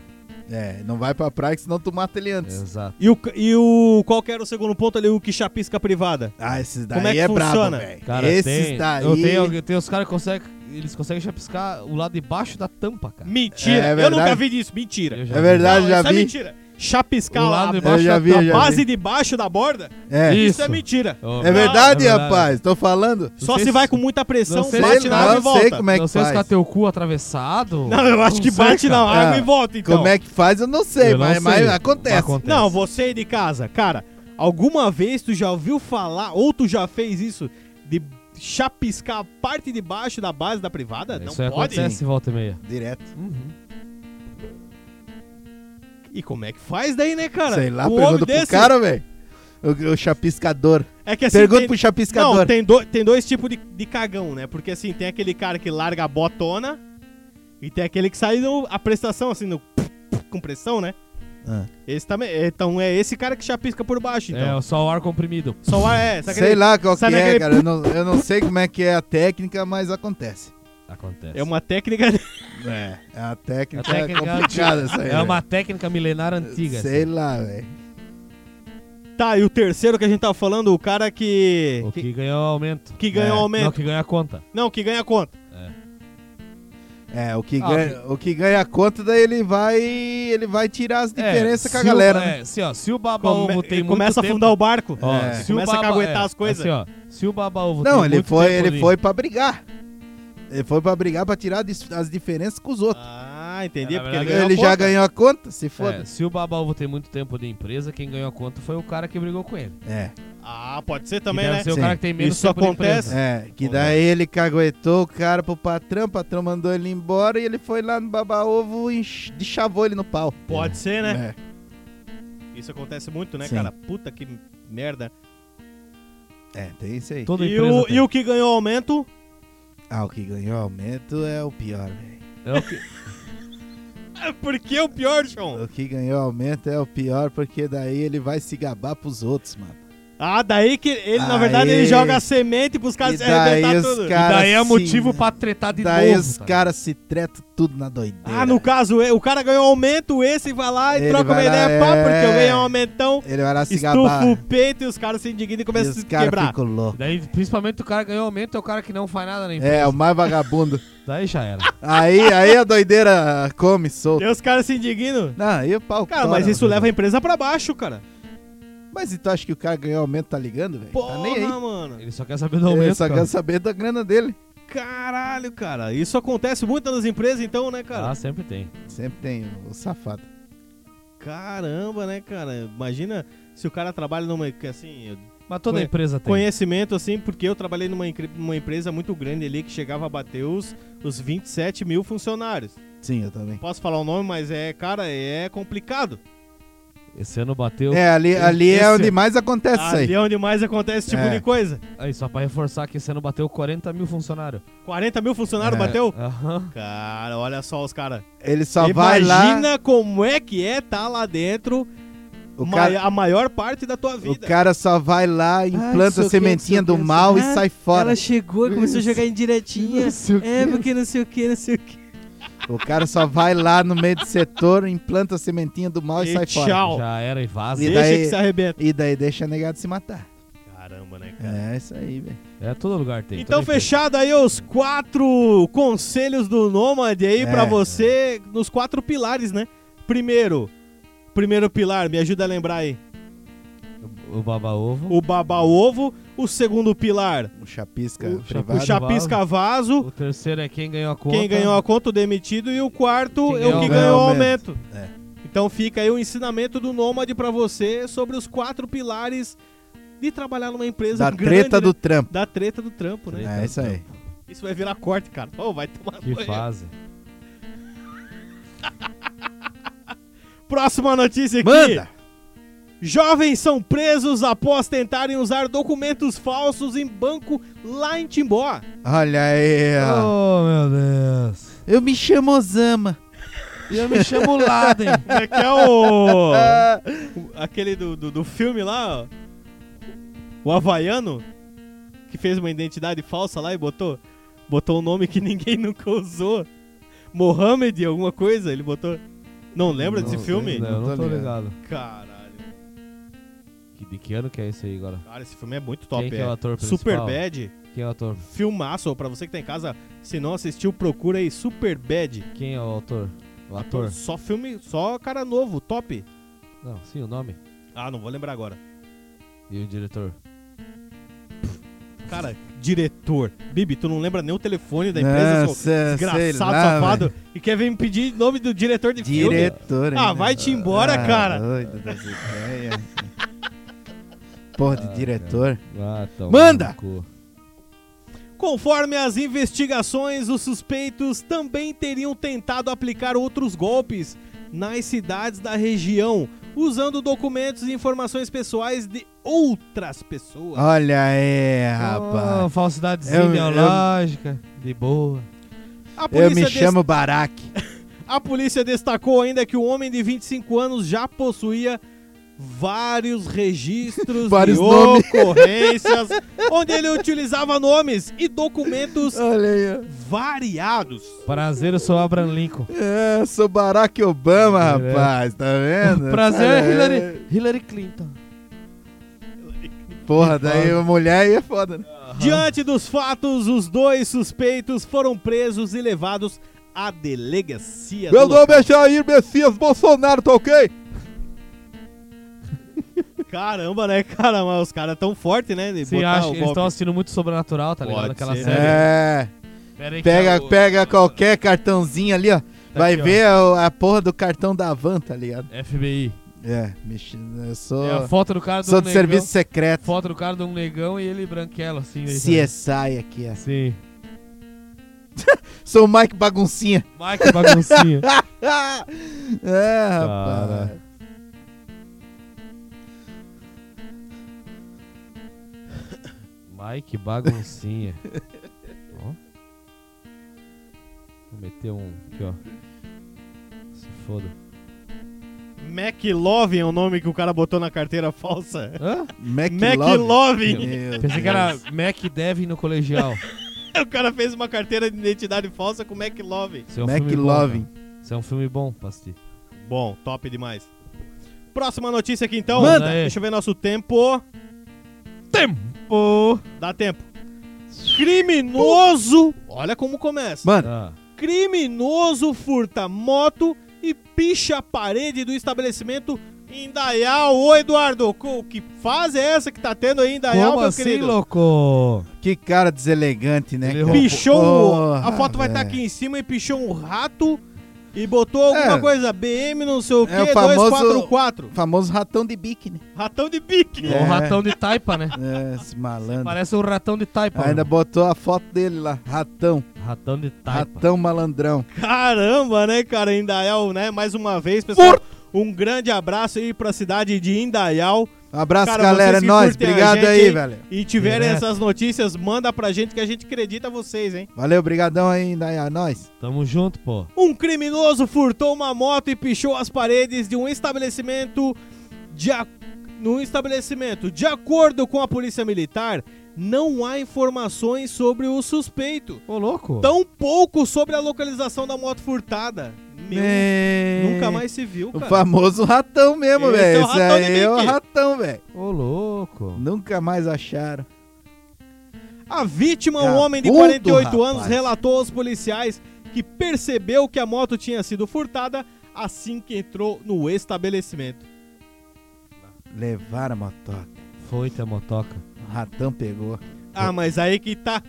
Speaker 1: É, não vai pra praia, que senão tu mata ele antes.
Speaker 3: Exato.
Speaker 2: E o, e o. Qual que era o segundo ponto ali? O que chapisca a privada.
Speaker 1: Ah, esses daí
Speaker 2: Como é que
Speaker 1: é brabo,
Speaker 2: funciona?
Speaker 1: velho.
Speaker 3: Cara,
Speaker 1: Esses
Speaker 3: tem,
Speaker 1: daí...
Speaker 3: eu tenho, eu tenho os caras que conseguem. Eles conseguem chapiscar o lado de baixo da tampa, cara.
Speaker 2: Mentira!
Speaker 1: É
Speaker 2: eu
Speaker 1: verdade.
Speaker 2: nunca vi disso, mentira.
Speaker 3: Eu já
Speaker 1: É
Speaker 3: vi.
Speaker 1: verdade,
Speaker 2: Não,
Speaker 1: já
Speaker 2: isso é
Speaker 1: vi.
Speaker 2: mentira. Chapiscar
Speaker 3: O
Speaker 2: lá,
Speaker 3: lado de
Speaker 2: a-
Speaker 3: baixo
Speaker 1: eu já
Speaker 3: da
Speaker 1: vi,
Speaker 3: tampa.
Speaker 1: eu já
Speaker 2: base
Speaker 1: vi.
Speaker 2: debaixo da borda?
Speaker 1: É.
Speaker 2: Isso, é
Speaker 3: Isso.
Speaker 2: mentira.
Speaker 3: Ô,
Speaker 1: É
Speaker 3: cara,
Speaker 1: verdade,
Speaker 3: é
Speaker 1: rapaz, tô falando.
Speaker 2: Só se
Speaker 3: sei se-
Speaker 2: vai com muita pressão,
Speaker 3: não sei
Speaker 2: bate
Speaker 3: se-
Speaker 2: na água e
Speaker 1: não sei
Speaker 2: volta.
Speaker 1: como é que
Speaker 3: não sei se
Speaker 1: faz.
Speaker 3: tá teu cu atravessado.
Speaker 2: Não, eu acho
Speaker 3: Não
Speaker 2: que
Speaker 3: sei,
Speaker 2: bate na
Speaker 3: cara.
Speaker 2: água
Speaker 1: Ah,
Speaker 2: e volta, então.
Speaker 1: Como é que faz, eu não sei,
Speaker 3: Eu não
Speaker 1: mas, mas
Speaker 3: sei.
Speaker 1: acontece.
Speaker 3: Acontece.
Speaker 2: Não, você aí de casa, cara, alguma vez tu já ouviu falar, ou tu já fez isso, de chapiscar a parte de baixo da base da privada?
Speaker 3: Isso
Speaker 2: não
Speaker 3: aí
Speaker 2: pode?
Speaker 3: acontece volta e meia.
Speaker 1: Direto.
Speaker 2: E como é que faz daí, né, cara?
Speaker 1: sei lá,
Speaker 2: Um homem
Speaker 1: pergunta pro
Speaker 2: desse-
Speaker 1: cara, velho. O, o chapiscador.
Speaker 2: É que assim,
Speaker 1: pergunta
Speaker 2: tem-
Speaker 1: pro
Speaker 2: Não,
Speaker 1: chapiscador.
Speaker 2: tem, do- tem dois tipos de, de cagão, né? Porque assim, tem aquele cara que larga a botona e tem aquele que sai no- a prestação, assim, no com pressão, né?
Speaker 1: Ah.
Speaker 2: Esse também. Então é esse cara que chapisca por baixo, então.
Speaker 3: É, só o ar comprimido.
Speaker 2: Só o ar é, sabe
Speaker 1: sei
Speaker 2: aquele-
Speaker 1: lá qual que
Speaker 2: sabe
Speaker 1: é,
Speaker 2: aquele-
Speaker 1: cara. Eu não, eu não sei como é que é a técnica, mas acontece.
Speaker 3: Acontece.
Speaker 2: É uma técnica.
Speaker 1: É, é uma
Speaker 3: É uma
Speaker 1: técnica,
Speaker 3: técnica
Speaker 1: complicada
Speaker 3: antiga.
Speaker 1: essa aí.
Speaker 3: É uma
Speaker 1: velho.
Speaker 3: técnica milenar antiga.
Speaker 1: Sei
Speaker 3: assim.
Speaker 1: lá, velho.
Speaker 2: Tá, e o terceiro que a gente tá falando, o cara que.
Speaker 3: assim. O
Speaker 2: que,
Speaker 3: que ganhou aumento.
Speaker 2: que ganha
Speaker 1: É,
Speaker 2: o aumento.
Speaker 3: Não,
Speaker 2: Não
Speaker 3: que ganha a conta.
Speaker 2: que... ganha a conta.
Speaker 1: É, o que,
Speaker 3: Ah,
Speaker 1: ganha, o que ganha a conta, daí ele vai. Ele vai tirar as diferenças com a
Speaker 3: É, se o-
Speaker 1: galera. né?
Speaker 3: é, assim, ó, se o baba
Speaker 2: Come-
Speaker 3: ovo tem muito
Speaker 2: começa a
Speaker 3: tempo-
Speaker 2: afundar o barco.
Speaker 3: Ó,
Speaker 1: É.
Speaker 3: se
Speaker 2: Começa
Speaker 3: o
Speaker 2: a
Speaker 3: baba,
Speaker 2: caguetar
Speaker 3: é,
Speaker 2: as coisas.
Speaker 3: Assim, ó, se o baba ovo
Speaker 1: Não,
Speaker 3: tem
Speaker 1: ele
Speaker 3: muito
Speaker 1: foi,
Speaker 3: tempo
Speaker 1: ele
Speaker 3: de-
Speaker 1: foi pra brigar. Ele foi pra brigar pra tirar dis- as diferenças com os outros.
Speaker 2: Ah, entendi.
Speaker 3: É, na
Speaker 2: porque
Speaker 3: verdade,
Speaker 2: ele,
Speaker 1: ele
Speaker 2: ganhou a
Speaker 1: já
Speaker 2: conta.
Speaker 1: ganhou a conta, se
Speaker 3: É,
Speaker 1: foda.
Speaker 3: se o baba ovo tem muito tempo de empresa, quem ganhou a conta foi o cara que brigou com ele.
Speaker 1: É.
Speaker 2: Ah, pode ser
Speaker 3: Que
Speaker 2: também,
Speaker 3: deve
Speaker 2: né?
Speaker 3: ser o
Speaker 1: Sim.
Speaker 3: cara que tem menos
Speaker 2: Isso
Speaker 3: tempo de
Speaker 2: acontece.
Speaker 3: empresa.
Speaker 1: é, que
Speaker 3: Pô,
Speaker 1: daí ele caguetou o cara pro patrão, o patrão mandou ele embora e ele foi lá no baba-ovo e enx- de chavou ele no pau.
Speaker 2: Pode ser, né?
Speaker 1: É.
Speaker 2: Isso acontece muito, né,
Speaker 1: Sim.
Speaker 2: cara? Puta que merda.
Speaker 1: É, tem isso aí.
Speaker 3: Toda
Speaker 2: E
Speaker 3: empresa
Speaker 2: o,
Speaker 3: tem.
Speaker 2: e o que ganhou aumento?
Speaker 1: Ah, o que ganhou aumento é o pior, velho.
Speaker 3: É o que-
Speaker 2: Porque é o pior, João.
Speaker 1: O que ganhou aumento é o pior porque daí ele vai se gabar pros outros, mano.
Speaker 2: Ah, daí que ele, na verdade,
Speaker 1: Aê.
Speaker 2: ele joga a semente pros
Speaker 3: é,
Speaker 2: caras
Speaker 1: E
Speaker 2: se
Speaker 1: daí
Speaker 2: arrebentar
Speaker 1: os
Speaker 2: tudo.
Speaker 1: ca- Cara,
Speaker 3: daí é
Speaker 1: sim,
Speaker 3: motivo
Speaker 1: né?
Speaker 3: pra tretar de
Speaker 1: daí
Speaker 3: novo.
Speaker 1: os
Speaker 3: tá ligado?
Speaker 1: caras se tretam tudo na doideira.
Speaker 2: Ah, no caso, o cara ganhou aumento, esse vai lá e
Speaker 1: Ele
Speaker 2: troca uma
Speaker 1: vai lá,
Speaker 2: ideia, pá,
Speaker 1: é.
Speaker 2: porque eu ganhei um aumentão,
Speaker 1: Ele vai lá se
Speaker 2: estufa
Speaker 1: gabar.
Speaker 2: o peito e os caras se indignam e
Speaker 1: E
Speaker 2: começam a
Speaker 1: os
Speaker 2: se
Speaker 1: caras
Speaker 2: quebrar.
Speaker 1: ficam loucos.
Speaker 3: Daí, principalmente, o cara que ganhou aumento é o cara que não faz nada na empresa.
Speaker 1: É, o mais vagabundo.
Speaker 3: Daí já era.
Speaker 1: Aí, aí a doideira come solta.
Speaker 2: E os caras se indignam.
Speaker 1: Não, aí o pau
Speaker 2: Cara,
Speaker 1: tora,
Speaker 2: mas isso
Speaker 1: mano.
Speaker 2: leva a empresa pra baixo, cara.
Speaker 1: Mas e tu acha que o cara ganhou aumento, tá ligando, velho?
Speaker 2: Porra,
Speaker 1: Tá nem aí.
Speaker 2: mano.
Speaker 3: Ele só quer saber do aumento.
Speaker 1: Ele só
Speaker 3: cara.
Speaker 1: quer saber da grana dele.
Speaker 2: Caralho, cara. Isso acontece muito nas empresas, então, né, cara?
Speaker 3: Ah, sempre tem.
Speaker 1: Sempre tem o safado.
Speaker 2: Caramba, né, cara? Imagina se o cara trabalha numa. que, Assim, eu-
Speaker 3: Mas toda
Speaker 2: Conhe-
Speaker 3: empresa tem.
Speaker 2: conhecimento, assim, porque eu trabalhei numa, incri- numa empresa muito grande ali que chegava a bater os, os 27 mil funcionários.
Speaker 1: Sim, eu também.
Speaker 2: Posso falar o nome, mas é, cara, é complicado.
Speaker 3: Esse ano bateu.
Speaker 1: É, ali, ali
Speaker 3: Esse-
Speaker 1: é onde mais acontece isso
Speaker 2: Ali
Speaker 1: aí.
Speaker 2: é onde mais acontece esse tipo
Speaker 1: É.
Speaker 2: de coisa.
Speaker 3: Aí, só pra reforçar que esse ano bateu 40 mil funcionários.
Speaker 2: 40 mil funcionários
Speaker 1: É.
Speaker 2: bateu?
Speaker 3: Aham.
Speaker 2: Cara, olha só os caras.
Speaker 1: Ele só vai lá.
Speaker 2: Imagina como é que é tá lá dentro
Speaker 1: O
Speaker 2: ma-
Speaker 1: cara,
Speaker 2: a maior parte da tua
Speaker 1: o
Speaker 2: vida.
Speaker 1: cara só vai lá,
Speaker 2: Ah,
Speaker 1: implanta a sementinha do mal e sai fora.
Speaker 2: chegou e começou a jogar indiretinha.
Speaker 1: É,
Speaker 2: porque não sei o que, não sei o que.
Speaker 1: O cara só vai lá no meio do setor, implanta a sementinha do mal e,
Speaker 2: E
Speaker 1: sai fora.
Speaker 2: tchau.
Speaker 3: Já era e vaza.
Speaker 1: E
Speaker 2: Deixa
Speaker 1: daí-
Speaker 2: que se arrebenta.
Speaker 1: E daí deixa negado se matar.
Speaker 2: Caramba, né, cara?
Speaker 1: É isso aí, velho.
Speaker 3: É, todo lugar tem.
Speaker 2: Então,
Speaker 3: toda empresa.
Speaker 2: fechado aí os quatro conselhos do Nômade aí
Speaker 1: É.
Speaker 2: pra você, nos quatro pilares, né? Primeiro, primeiro pilar, me ajuda a lembrar aí,
Speaker 3: O baba ovo.
Speaker 2: o baba ovo. O segundo pilar,
Speaker 1: Um chapisca
Speaker 3: O-
Speaker 2: o
Speaker 1: privado.
Speaker 3: Vaso, chap-
Speaker 2: chapisca vaso.
Speaker 3: O terceiro é quem ganhou a conta.
Speaker 2: Quem ganhou a conta, o demitido. E o quarto
Speaker 3: Quem
Speaker 2: é o que
Speaker 3: ganhou
Speaker 2: ganhou o
Speaker 1: o
Speaker 2: aumento.
Speaker 1: É.
Speaker 2: Então fica aí o ensinamento do Nômade pra você sobre os quatro pilares de trabalhar numa empresa
Speaker 1: da
Speaker 2: grande,
Speaker 1: treta
Speaker 2: né?
Speaker 1: do trampo.
Speaker 2: Da treta do trampo, né?
Speaker 1: É isso aí.
Speaker 2: Isso vai virar corte, cara. Pô, vai tomar
Speaker 3: Que
Speaker 2: banho.
Speaker 3: fase.
Speaker 2: Próxima notícia aqui.
Speaker 1: Manda!
Speaker 2: Jovens são presos após tentarem usar documentos falsos em banco lá em Timbó.
Speaker 1: Olha aí, ó.
Speaker 3: Oh, meu Deus.
Speaker 1: Eu me chamo Osama.
Speaker 3: E eu me chamo Laden.
Speaker 2: É que é o... o- aquele do, do, do filme lá, ó. O Havaiano, que fez uma identidade falsa lá e botou, botou um nome que ninguém nunca usou. Mohamed, alguma coisa, ele botou... Não lembra
Speaker 3: Não,
Speaker 2: desse
Speaker 3: sei,
Speaker 2: filme?
Speaker 3: Não, eu
Speaker 1: Não
Speaker 3: não
Speaker 1: tô
Speaker 3: tô ligado.
Speaker 2: Caralho.
Speaker 3: Que- De que ano que é isso aí agora?
Speaker 2: Cara, esse filme é muito top.
Speaker 3: Quem que é o ator principal?
Speaker 2: Super Bad,
Speaker 3: Quem é o ator?
Speaker 2: filmaço. Pra você que tá em casa, se não assistiu, procura aí Super Bad.
Speaker 3: Quem é o autor? O ator?
Speaker 2: Só filme, só cara novo, top.
Speaker 3: Não, sim, o nome.
Speaker 2: Ah, não vou lembrar agora.
Speaker 3: E o diretor?
Speaker 2: Cara, diretor. Bibi, tu não lembra nem o telefone da empresa, seu
Speaker 1: Nossa, é, sei
Speaker 2: desgraçado,
Speaker 1: lá,
Speaker 2: safado,
Speaker 1: velho.
Speaker 2: e quer vir me pedir nome do diretor de filme?
Speaker 1: Diretor.
Speaker 2: Ah,
Speaker 1: ainda.
Speaker 2: vai-te embora,
Speaker 1: Ah,
Speaker 2: cara.
Speaker 1: doido das ideias. Porra de diretor.
Speaker 3: Ah, então.
Speaker 1: Manda!
Speaker 2: Conforme as investigações, os suspeitos também teriam tentado aplicar outros golpes nas cidades da região, usando documentos e informações pessoais de outras pessoas.
Speaker 1: Olha aí,
Speaker 3: Rapaz.
Speaker 1: rapaz.
Speaker 3: Ah, falsidadezinha
Speaker 1: Eu- eu-
Speaker 3: ideológica. De boa.
Speaker 2: A
Speaker 1: Eu me
Speaker 2: des-
Speaker 1: chamo Baraque.
Speaker 2: A polícia destacou ainda que o homem de 25 anos já possuía vários registros
Speaker 1: Vários
Speaker 2: de
Speaker 1: nomes.
Speaker 2: ocorrências, onde ele utilizava nomes e documentos
Speaker 1: Olha aí.
Speaker 2: variados.
Speaker 3: Prazer, eu sou Abraham Lincoln.
Speaker 1: É, sou Barack Obama,
Speaker 3: É.
Speaker 1: rapaz. Tá vendo?
Speaker 3: Prazer
Speaker 1: Olha
Speaker 3: é
Speaker 1: aí.
Speaker 3: Hillary, Hillary Clinton.
Speaker 1: Porra, daí a mulher aí é foda, né?
Speaker 2: Diante dos fatos, os dois suspeitos foram presos e levados à
Speaker 3: É
Speaker 2: delegacia. do local.
Speaker 1: é Jair Messias Bolsonaro, tá ok?
Speaker 2: Caramba, né, cara? Mas os caras tão fortes, né? de
Speaker 3: Você
Speaker 2: botar
Speaker 3: acha
Speaker 2: o
Speaker 3: que eles
Speaker 2: golpe.
Speaker 3: estão assistindo muito Sobrenatural, tá ligado?
Speaker 2: Pode
Speaker 3: Aquela
Speaker 2: ser.
Speaker 3: série.
Speaker 1: É.
Speaker 3: Pera aí que
Speaker 1: Pega,
Speaker 3: é o- Tá
Speaker 1: pega qualquer cartãozinho ali, ó. Vai
Speaker 3: aqui, ó.
Speaker 1: ver a, a porra do cartão da van, tá ligado?
Speaker 3: FBI.
Speaker 1: É, mexendo. Eu sou.
Speaker 3: É a foto do cara do
Speaker 1: Oh. sou
Speaker 3: um
Speaker 1: do
Speaker 3: negão.
Speaker 1: serviço secreto.
Speaker 3: Foto do cara de um negão e ele branquelo, assim. aí,
Speaker 1: CSI aqui, ó.
Speaker 3: tá? Sim.
Speaker 1: Sou o Mike Baguncinha. Ah!
Speaker 3: Mike Baguncinha.
Speaker 1: é, rapaz.
Speaker 3: Mike Baguncinha. ó. Vou meter um aqui, ó. Se foda.
Speaker 2: McLovin é o nome que o cara botou na carteira falsa.
Speaker 3: Hã?
Speaker 2: McLovin!
Speaker 1: Meu
Speaker 3: Pensei que era
Speaker 1: Deus.
Speaker 3: Mac Devin no colegial.
Speaker 2: O cara fez uma carteira de identidade falsa com McLovin.
Speaker 3: Isso é um filme bom,
Speaker 1: McLovin.
Speaker 3: cara. Isso é um filme bom, Pasti.
Speaker 2: Bom, top demais. Próxima notícia aqui então.
Speaker 3: Manda aí.
Speaker 2: Deixa eu ver nosso tempo.
Speaker 3: Tempo!
Speaker 2: Dá tempo. Criminoso. Olha como começa.
Speaker 1: Mano,
Speaker 3: Ah,
Speaker 2: Criminoso furta moto e picha a parede do estabelecimento em Dayal. Ô, Eduardo, co- que fase é essa que tá tendo aí em Dayal,
Speaker 3: como
Speaker 2: meu
Speaker 3: assim,
Speaker 2: querido?
Speaker 3: louco?
Speaker 1: que cara deselegante, né?
Speaker 3: Ele
Speaker 1: cara?
Speaker 3: roubou.
Speaker 2: Pichou. um- a
Speaker 1: Porra,
Speaker 2: foto vai estar
Speaker 1: velho.
Speaker 2: aqui em cima e pichou um rato. E botou alguma
Speaker 1: É.
Speaker 2: coisa, BM, não sei o quê,
Speaker 1: É o famoso-
Speaker 2: 244.
Speaker 1: Famoso ratão de bique, né?
Speaker 2: Ratão de bique.
Speaker 1: É.
Speaker 3: Um ratão de taipa, né?
Speaker 1: É, esse malandro.
Speaker 3: Parece um ratão de taipa.
Speaker 1: Ainda
Speaker 3: mano.
Speaker 1: botou a foto dele lá. Ratão.
Speaker 3: Ratão de
Speaker 2: Tá
Speaker 3: taipa.
Speaker 1: Ratão malandrão.
Speaker 2: Caramba, né, cara? Indaial, né? Mais uma vez, pessoal. Um grande abraço aí pra cidade de Indaial.
Speaker 1: Um abraço,
Speaker 2: Cara,
Speaker 1: galera. É
Speaker 2: vocês que
Speaker 1: nóis.
Speaker 2: curtem a
Speaker 1: Obrigado
Speaker 2: gente,
Speaker 1: aí,
Speaker 2: hein?
Speaker 1: velho. É.
Speaker 2: E tiverem
Speaker 3: Direto.
Speaker 2: essas notícias, manda pra gente que a gente acredita vocês, hein?
Speaker 1: Valeu, brigadão aí, Dayá. Nós.
Speaker 3: Tamo junto, pô.
Speaker 2: Um criminoso furtou uma moto e pichou as paredes de um estabelecimento de a... num estabelecimento. De acordo com a polícia militar, não há informações sobre o suspeito.
Speaker 3: Ô, louco.
Speaker 2: Tão pouco sobre a localização da moto furtada. Meu,
Speaker 1: Né.
Speaker 2: nunca mais se viu,
Speaker 1: O
Speaker 2: cara.
Speaker 1: famoso ratão mesmo,
Speaker 2: Esse é
Speaker 1: velho.
Speaker 2: o
Speaker 1: Esse
Speaker 2: ratão de
Speaker 1: aí é o
Speaker 2: Mickey.
Speaker 1: ratão, velho.
Speaker 3: Ô, louco.
Speaker 1: Nunca mais acharam.
Speaker 2: A vítima, um
Speaker 1: Caputo,
Speaker 2: homem de 48 anos,
Speaker 1: rapaz.
Speaker 2: relatou aos policiais que percebeu que a moto tinha sido furtada assim que entrou no estabelecimento.
Speaker 1: Levaram a motoca.
Speaker 3: Foi, a motoca.
Speaker 1: O Ratão pegou.
Speaker 2: Ah, mas aí que tá.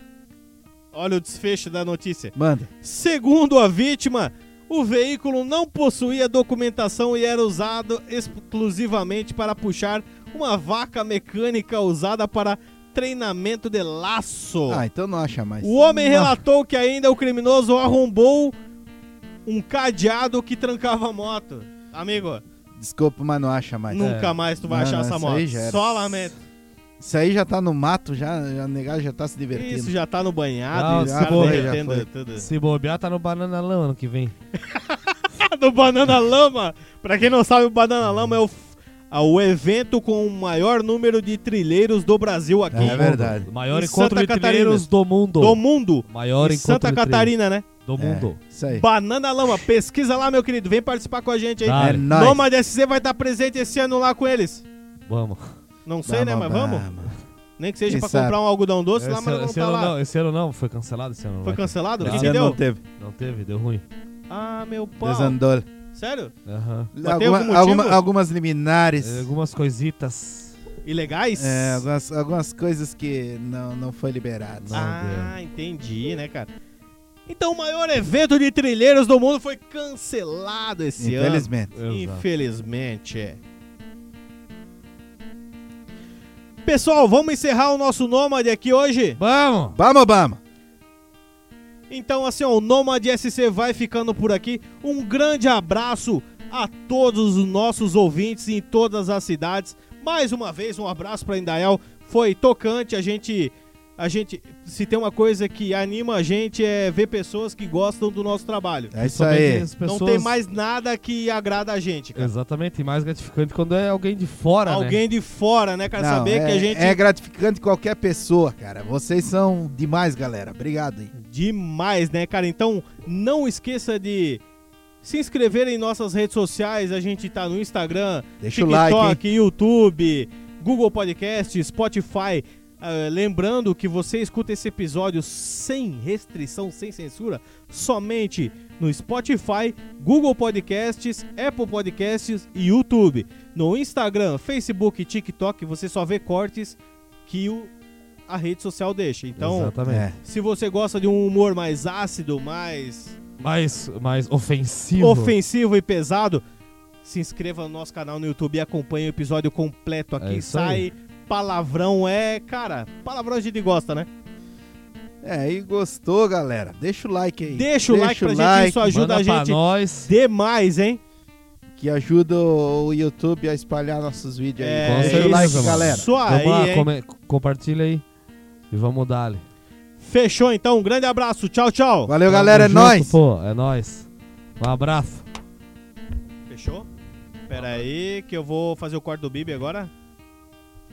Speaker 2: Olha o desfecho da notícia.
Speaker 1: Manda.
Speaker 2: Segundo a vítima, o veículo não possuía documentação e era usado exclusivamente para puxar uma vaca mecânica usada para treinamento de laço.
Speaker 1: Ah, então não acha mais.
Speaker 2: O homem
Speaker 1: Não.
Speaker 2: relatou que ainda o criminoso arrombou um cadeado que trancava a moto. Amigo,
Speaker 1: Desculpa, mas não acha mais.
Speaker 2: nunca mais tu vai
Speaker 1: Não,
Speaker 2: achar
Speaker 1: não,
Speaker 2: essa
Speaker 1: isso
Speaker 2: moto.
Speaker 1: aí já era.
Speaker 2: Só lamento.
Speaker 1: Isso aí já tá no mato, já, já negado, já tá se divertindo.
Speaker 2: Isso já tá no
Speaker 3: Ah,
Speaker 2: banhado, e os
Speaker 3: já
Speaker 2: caras
Speaker 3: foi, já
Speaker 2: derretendo
Speaker 1: foi.
Speaker 2: tudo.
Speaker 3: Se bobear, tá no Banana Lão ano que vem.
Speaker 2: do Banana Lama. Pra quem não sabe, o Banana Lama é o, f- é o evento com o maior número de trilheiros do Brasil aqui.
Speaker 1: É verdade.
Speaker 3: O maior
Speaker 2: Em
Speaker 3: encontro
Speaker 2: Santa
Speaker 3: de
Speaker 2: Catarina.
Speaker 3: trilheiros do mundo.
Speaker 2: Do mundo.
Speaker 3: Maior
Speaker 2: Em
Speaker 3: encontro
Speaker 2: Santa
Speaker 3: de
Speaker 2: Catarina, né?
Speaker 3: trilheiros Do mundo.
Speaker 1: É, isso aí.
Speaker 2: Banana Lama, pesquisa lá, meu querido. Vem participar com a gente aí.
Speaker 3: Tá.
Speaker 1: É
Speaker 3: cara.
Speaker 1: nóis.
Speaker 2: Nômade SC vai estar presente esse ano lá com eles.
Speaker 3: Vamos.
Speaker 2: Não sei, né? Mas vamos. Nem que seja
Speaker 1: Tá Ah, Quem
Speaker 2: pra
Speaker 1: sabe?
Speaker 2: comprar um algodão doce lá,
Speaker 3: Esse,
Speaker 2: mas
Speaker 3: ano-
Speaker 2: não
Speaker 3: esse
Speaker 2: tá
Speaker 3: ano
Speaker 2: lá.
Speaker 3: não, esse ano não, foi cancelado esse ano. não
Speaker 2: Foi
Speaker 3: vai ter.
Speaker 2: cancelado? O que
Speaker 1: Esse
Speaker 2: que
Speaker 1: ano
Speaker 2: deu?
Speaker 1: não teve.
Speaker 3: Não teve, deu ruim.
Speaker 2: Ah, meu pau.
Speaker 1: Desandou.
Speaker 2: Sério?
Speaker 3: Aham.
Speaker 2: Mas tem algum
Speaker 1: Alguma- alguma-
Speaker 2: motivo?
Speaker 1: algumas liminares.
Speaker 3: É, Algumas coisitas.
Speaker 2: Ilegais?
Speaker 1: É, algumas, algumas coisas que não, não foi liberadas.
Speaker 3: Não.
Speaker 2: Ah, entendi, né, cara? Então o maior evento de trilheiros do mundo foi cancelado esse
Speaker 1: Então, Infelizmente.
Speaker 2: ano.
Speaker 3: Exato.
Speaker 2: Infelizmente. é. Pessoal, vamos encerrar o nosso Nômade aqui hoje?
Speaker 3: Vamos!
Speaker 1: Vamos, vamos.
Speaker 2: Então, assim, ó, o Nômade SC vai ficando por aqui. Um grande abraço a todos os nossos ouvintes em todas as cidades. Mais uma vez, um abraço para Indael. Foi tocante. A gente, a gente, se tem uma coisa que anima a gente é ver pessoas que gostam do nosso trabalho.
Speaker 1: É isso
Speaker 3: Principalmente
Speaker 1: aí.
Speaker 3: as
Speaker 2: Não
Speaker 3: pessoas-
Speaker 2: tem mais nada que agrada a gente, cara.
Speaker 3: Exatamente, e mais gratificante quando é alguém de fora, né?
Speaker 2: Alguém de fora, né, cara?
Speaker 1: Não,
Speaker 2: Saber
Speaker 1: é,
Speaker 2: que a gente
Speaker 1: é gratificante qualquer pessoa, cara. Vocês são demais, galera. Obrigado. Hein?
Speaker 2: Demais, né, cara? Então não esqueça de se inscrever em nossas redes sociais. A gente tá no Instagram,
Speaker 1: Deixa o
Speaker 2: TikTok,
Speaker 1: like,
Speaker 2: YouTube, Google Podcast, Spotify. Ah, lembrando que você escuta esse episódio sem restrição, sem censura, somente no Spotify, Google Podcasts, Apple Podcasts e YouTube. No Instagram, Facebook e TikTok você só vê cortes que o- a rede social deixa. Então,
Speaker 3: Exatamente.
Speaker 1: É.
Speaker 2: se você gosta de um humor mais ácido, mais
Speaker 3: Mais, mais ofensivo.
Speaker 2: ofensivo e pesado, se inscreva no nosso canal no YouTube e acompanhe o episódio completo
Speaker 3: É
Speaker 2: aqui.
Speaker 3: isso
Speaker 2: Sai
Speaker 3: aí.
Speaker 2: palavrão é, cara, palavrão a gente gosta, né?
Speaker 1: É, e gostou, galera? Deixa o like aí.
Speaker 2: Deixa o like pra gente, isso ajuda
Speaker 3: Manda
Speaker 2: a
Speaker 3: pra
Speaker 2: gente
Speaker 3: nós.
Speaker 2: demais, hein?
Speaker 1: que ajuda o YouTube a espalhar nossos vídeos aí.
Speaker 2: É,
Speaker 1: Deixa
Speaker 3: isso,
Speaker 1: o like,
Speaker 3: mano.
Speaker 1: galera.
Speaker 2: Isso aí,
Speaker 3: Vamos lá,
Speaker 2: hein?
Speaker 3: come- compartilha aí. E vamos dar ali.
Speaker 2: Fechou então, um grande abraço. Tchau, tchau.
Speaker 1: Valeu, galera. É nóis.
Speaker 3: Pô, é nóis. Um abraço.
Speaker 2: Fechou? Pera aí que eu vou fazer o corte do Bibi agora.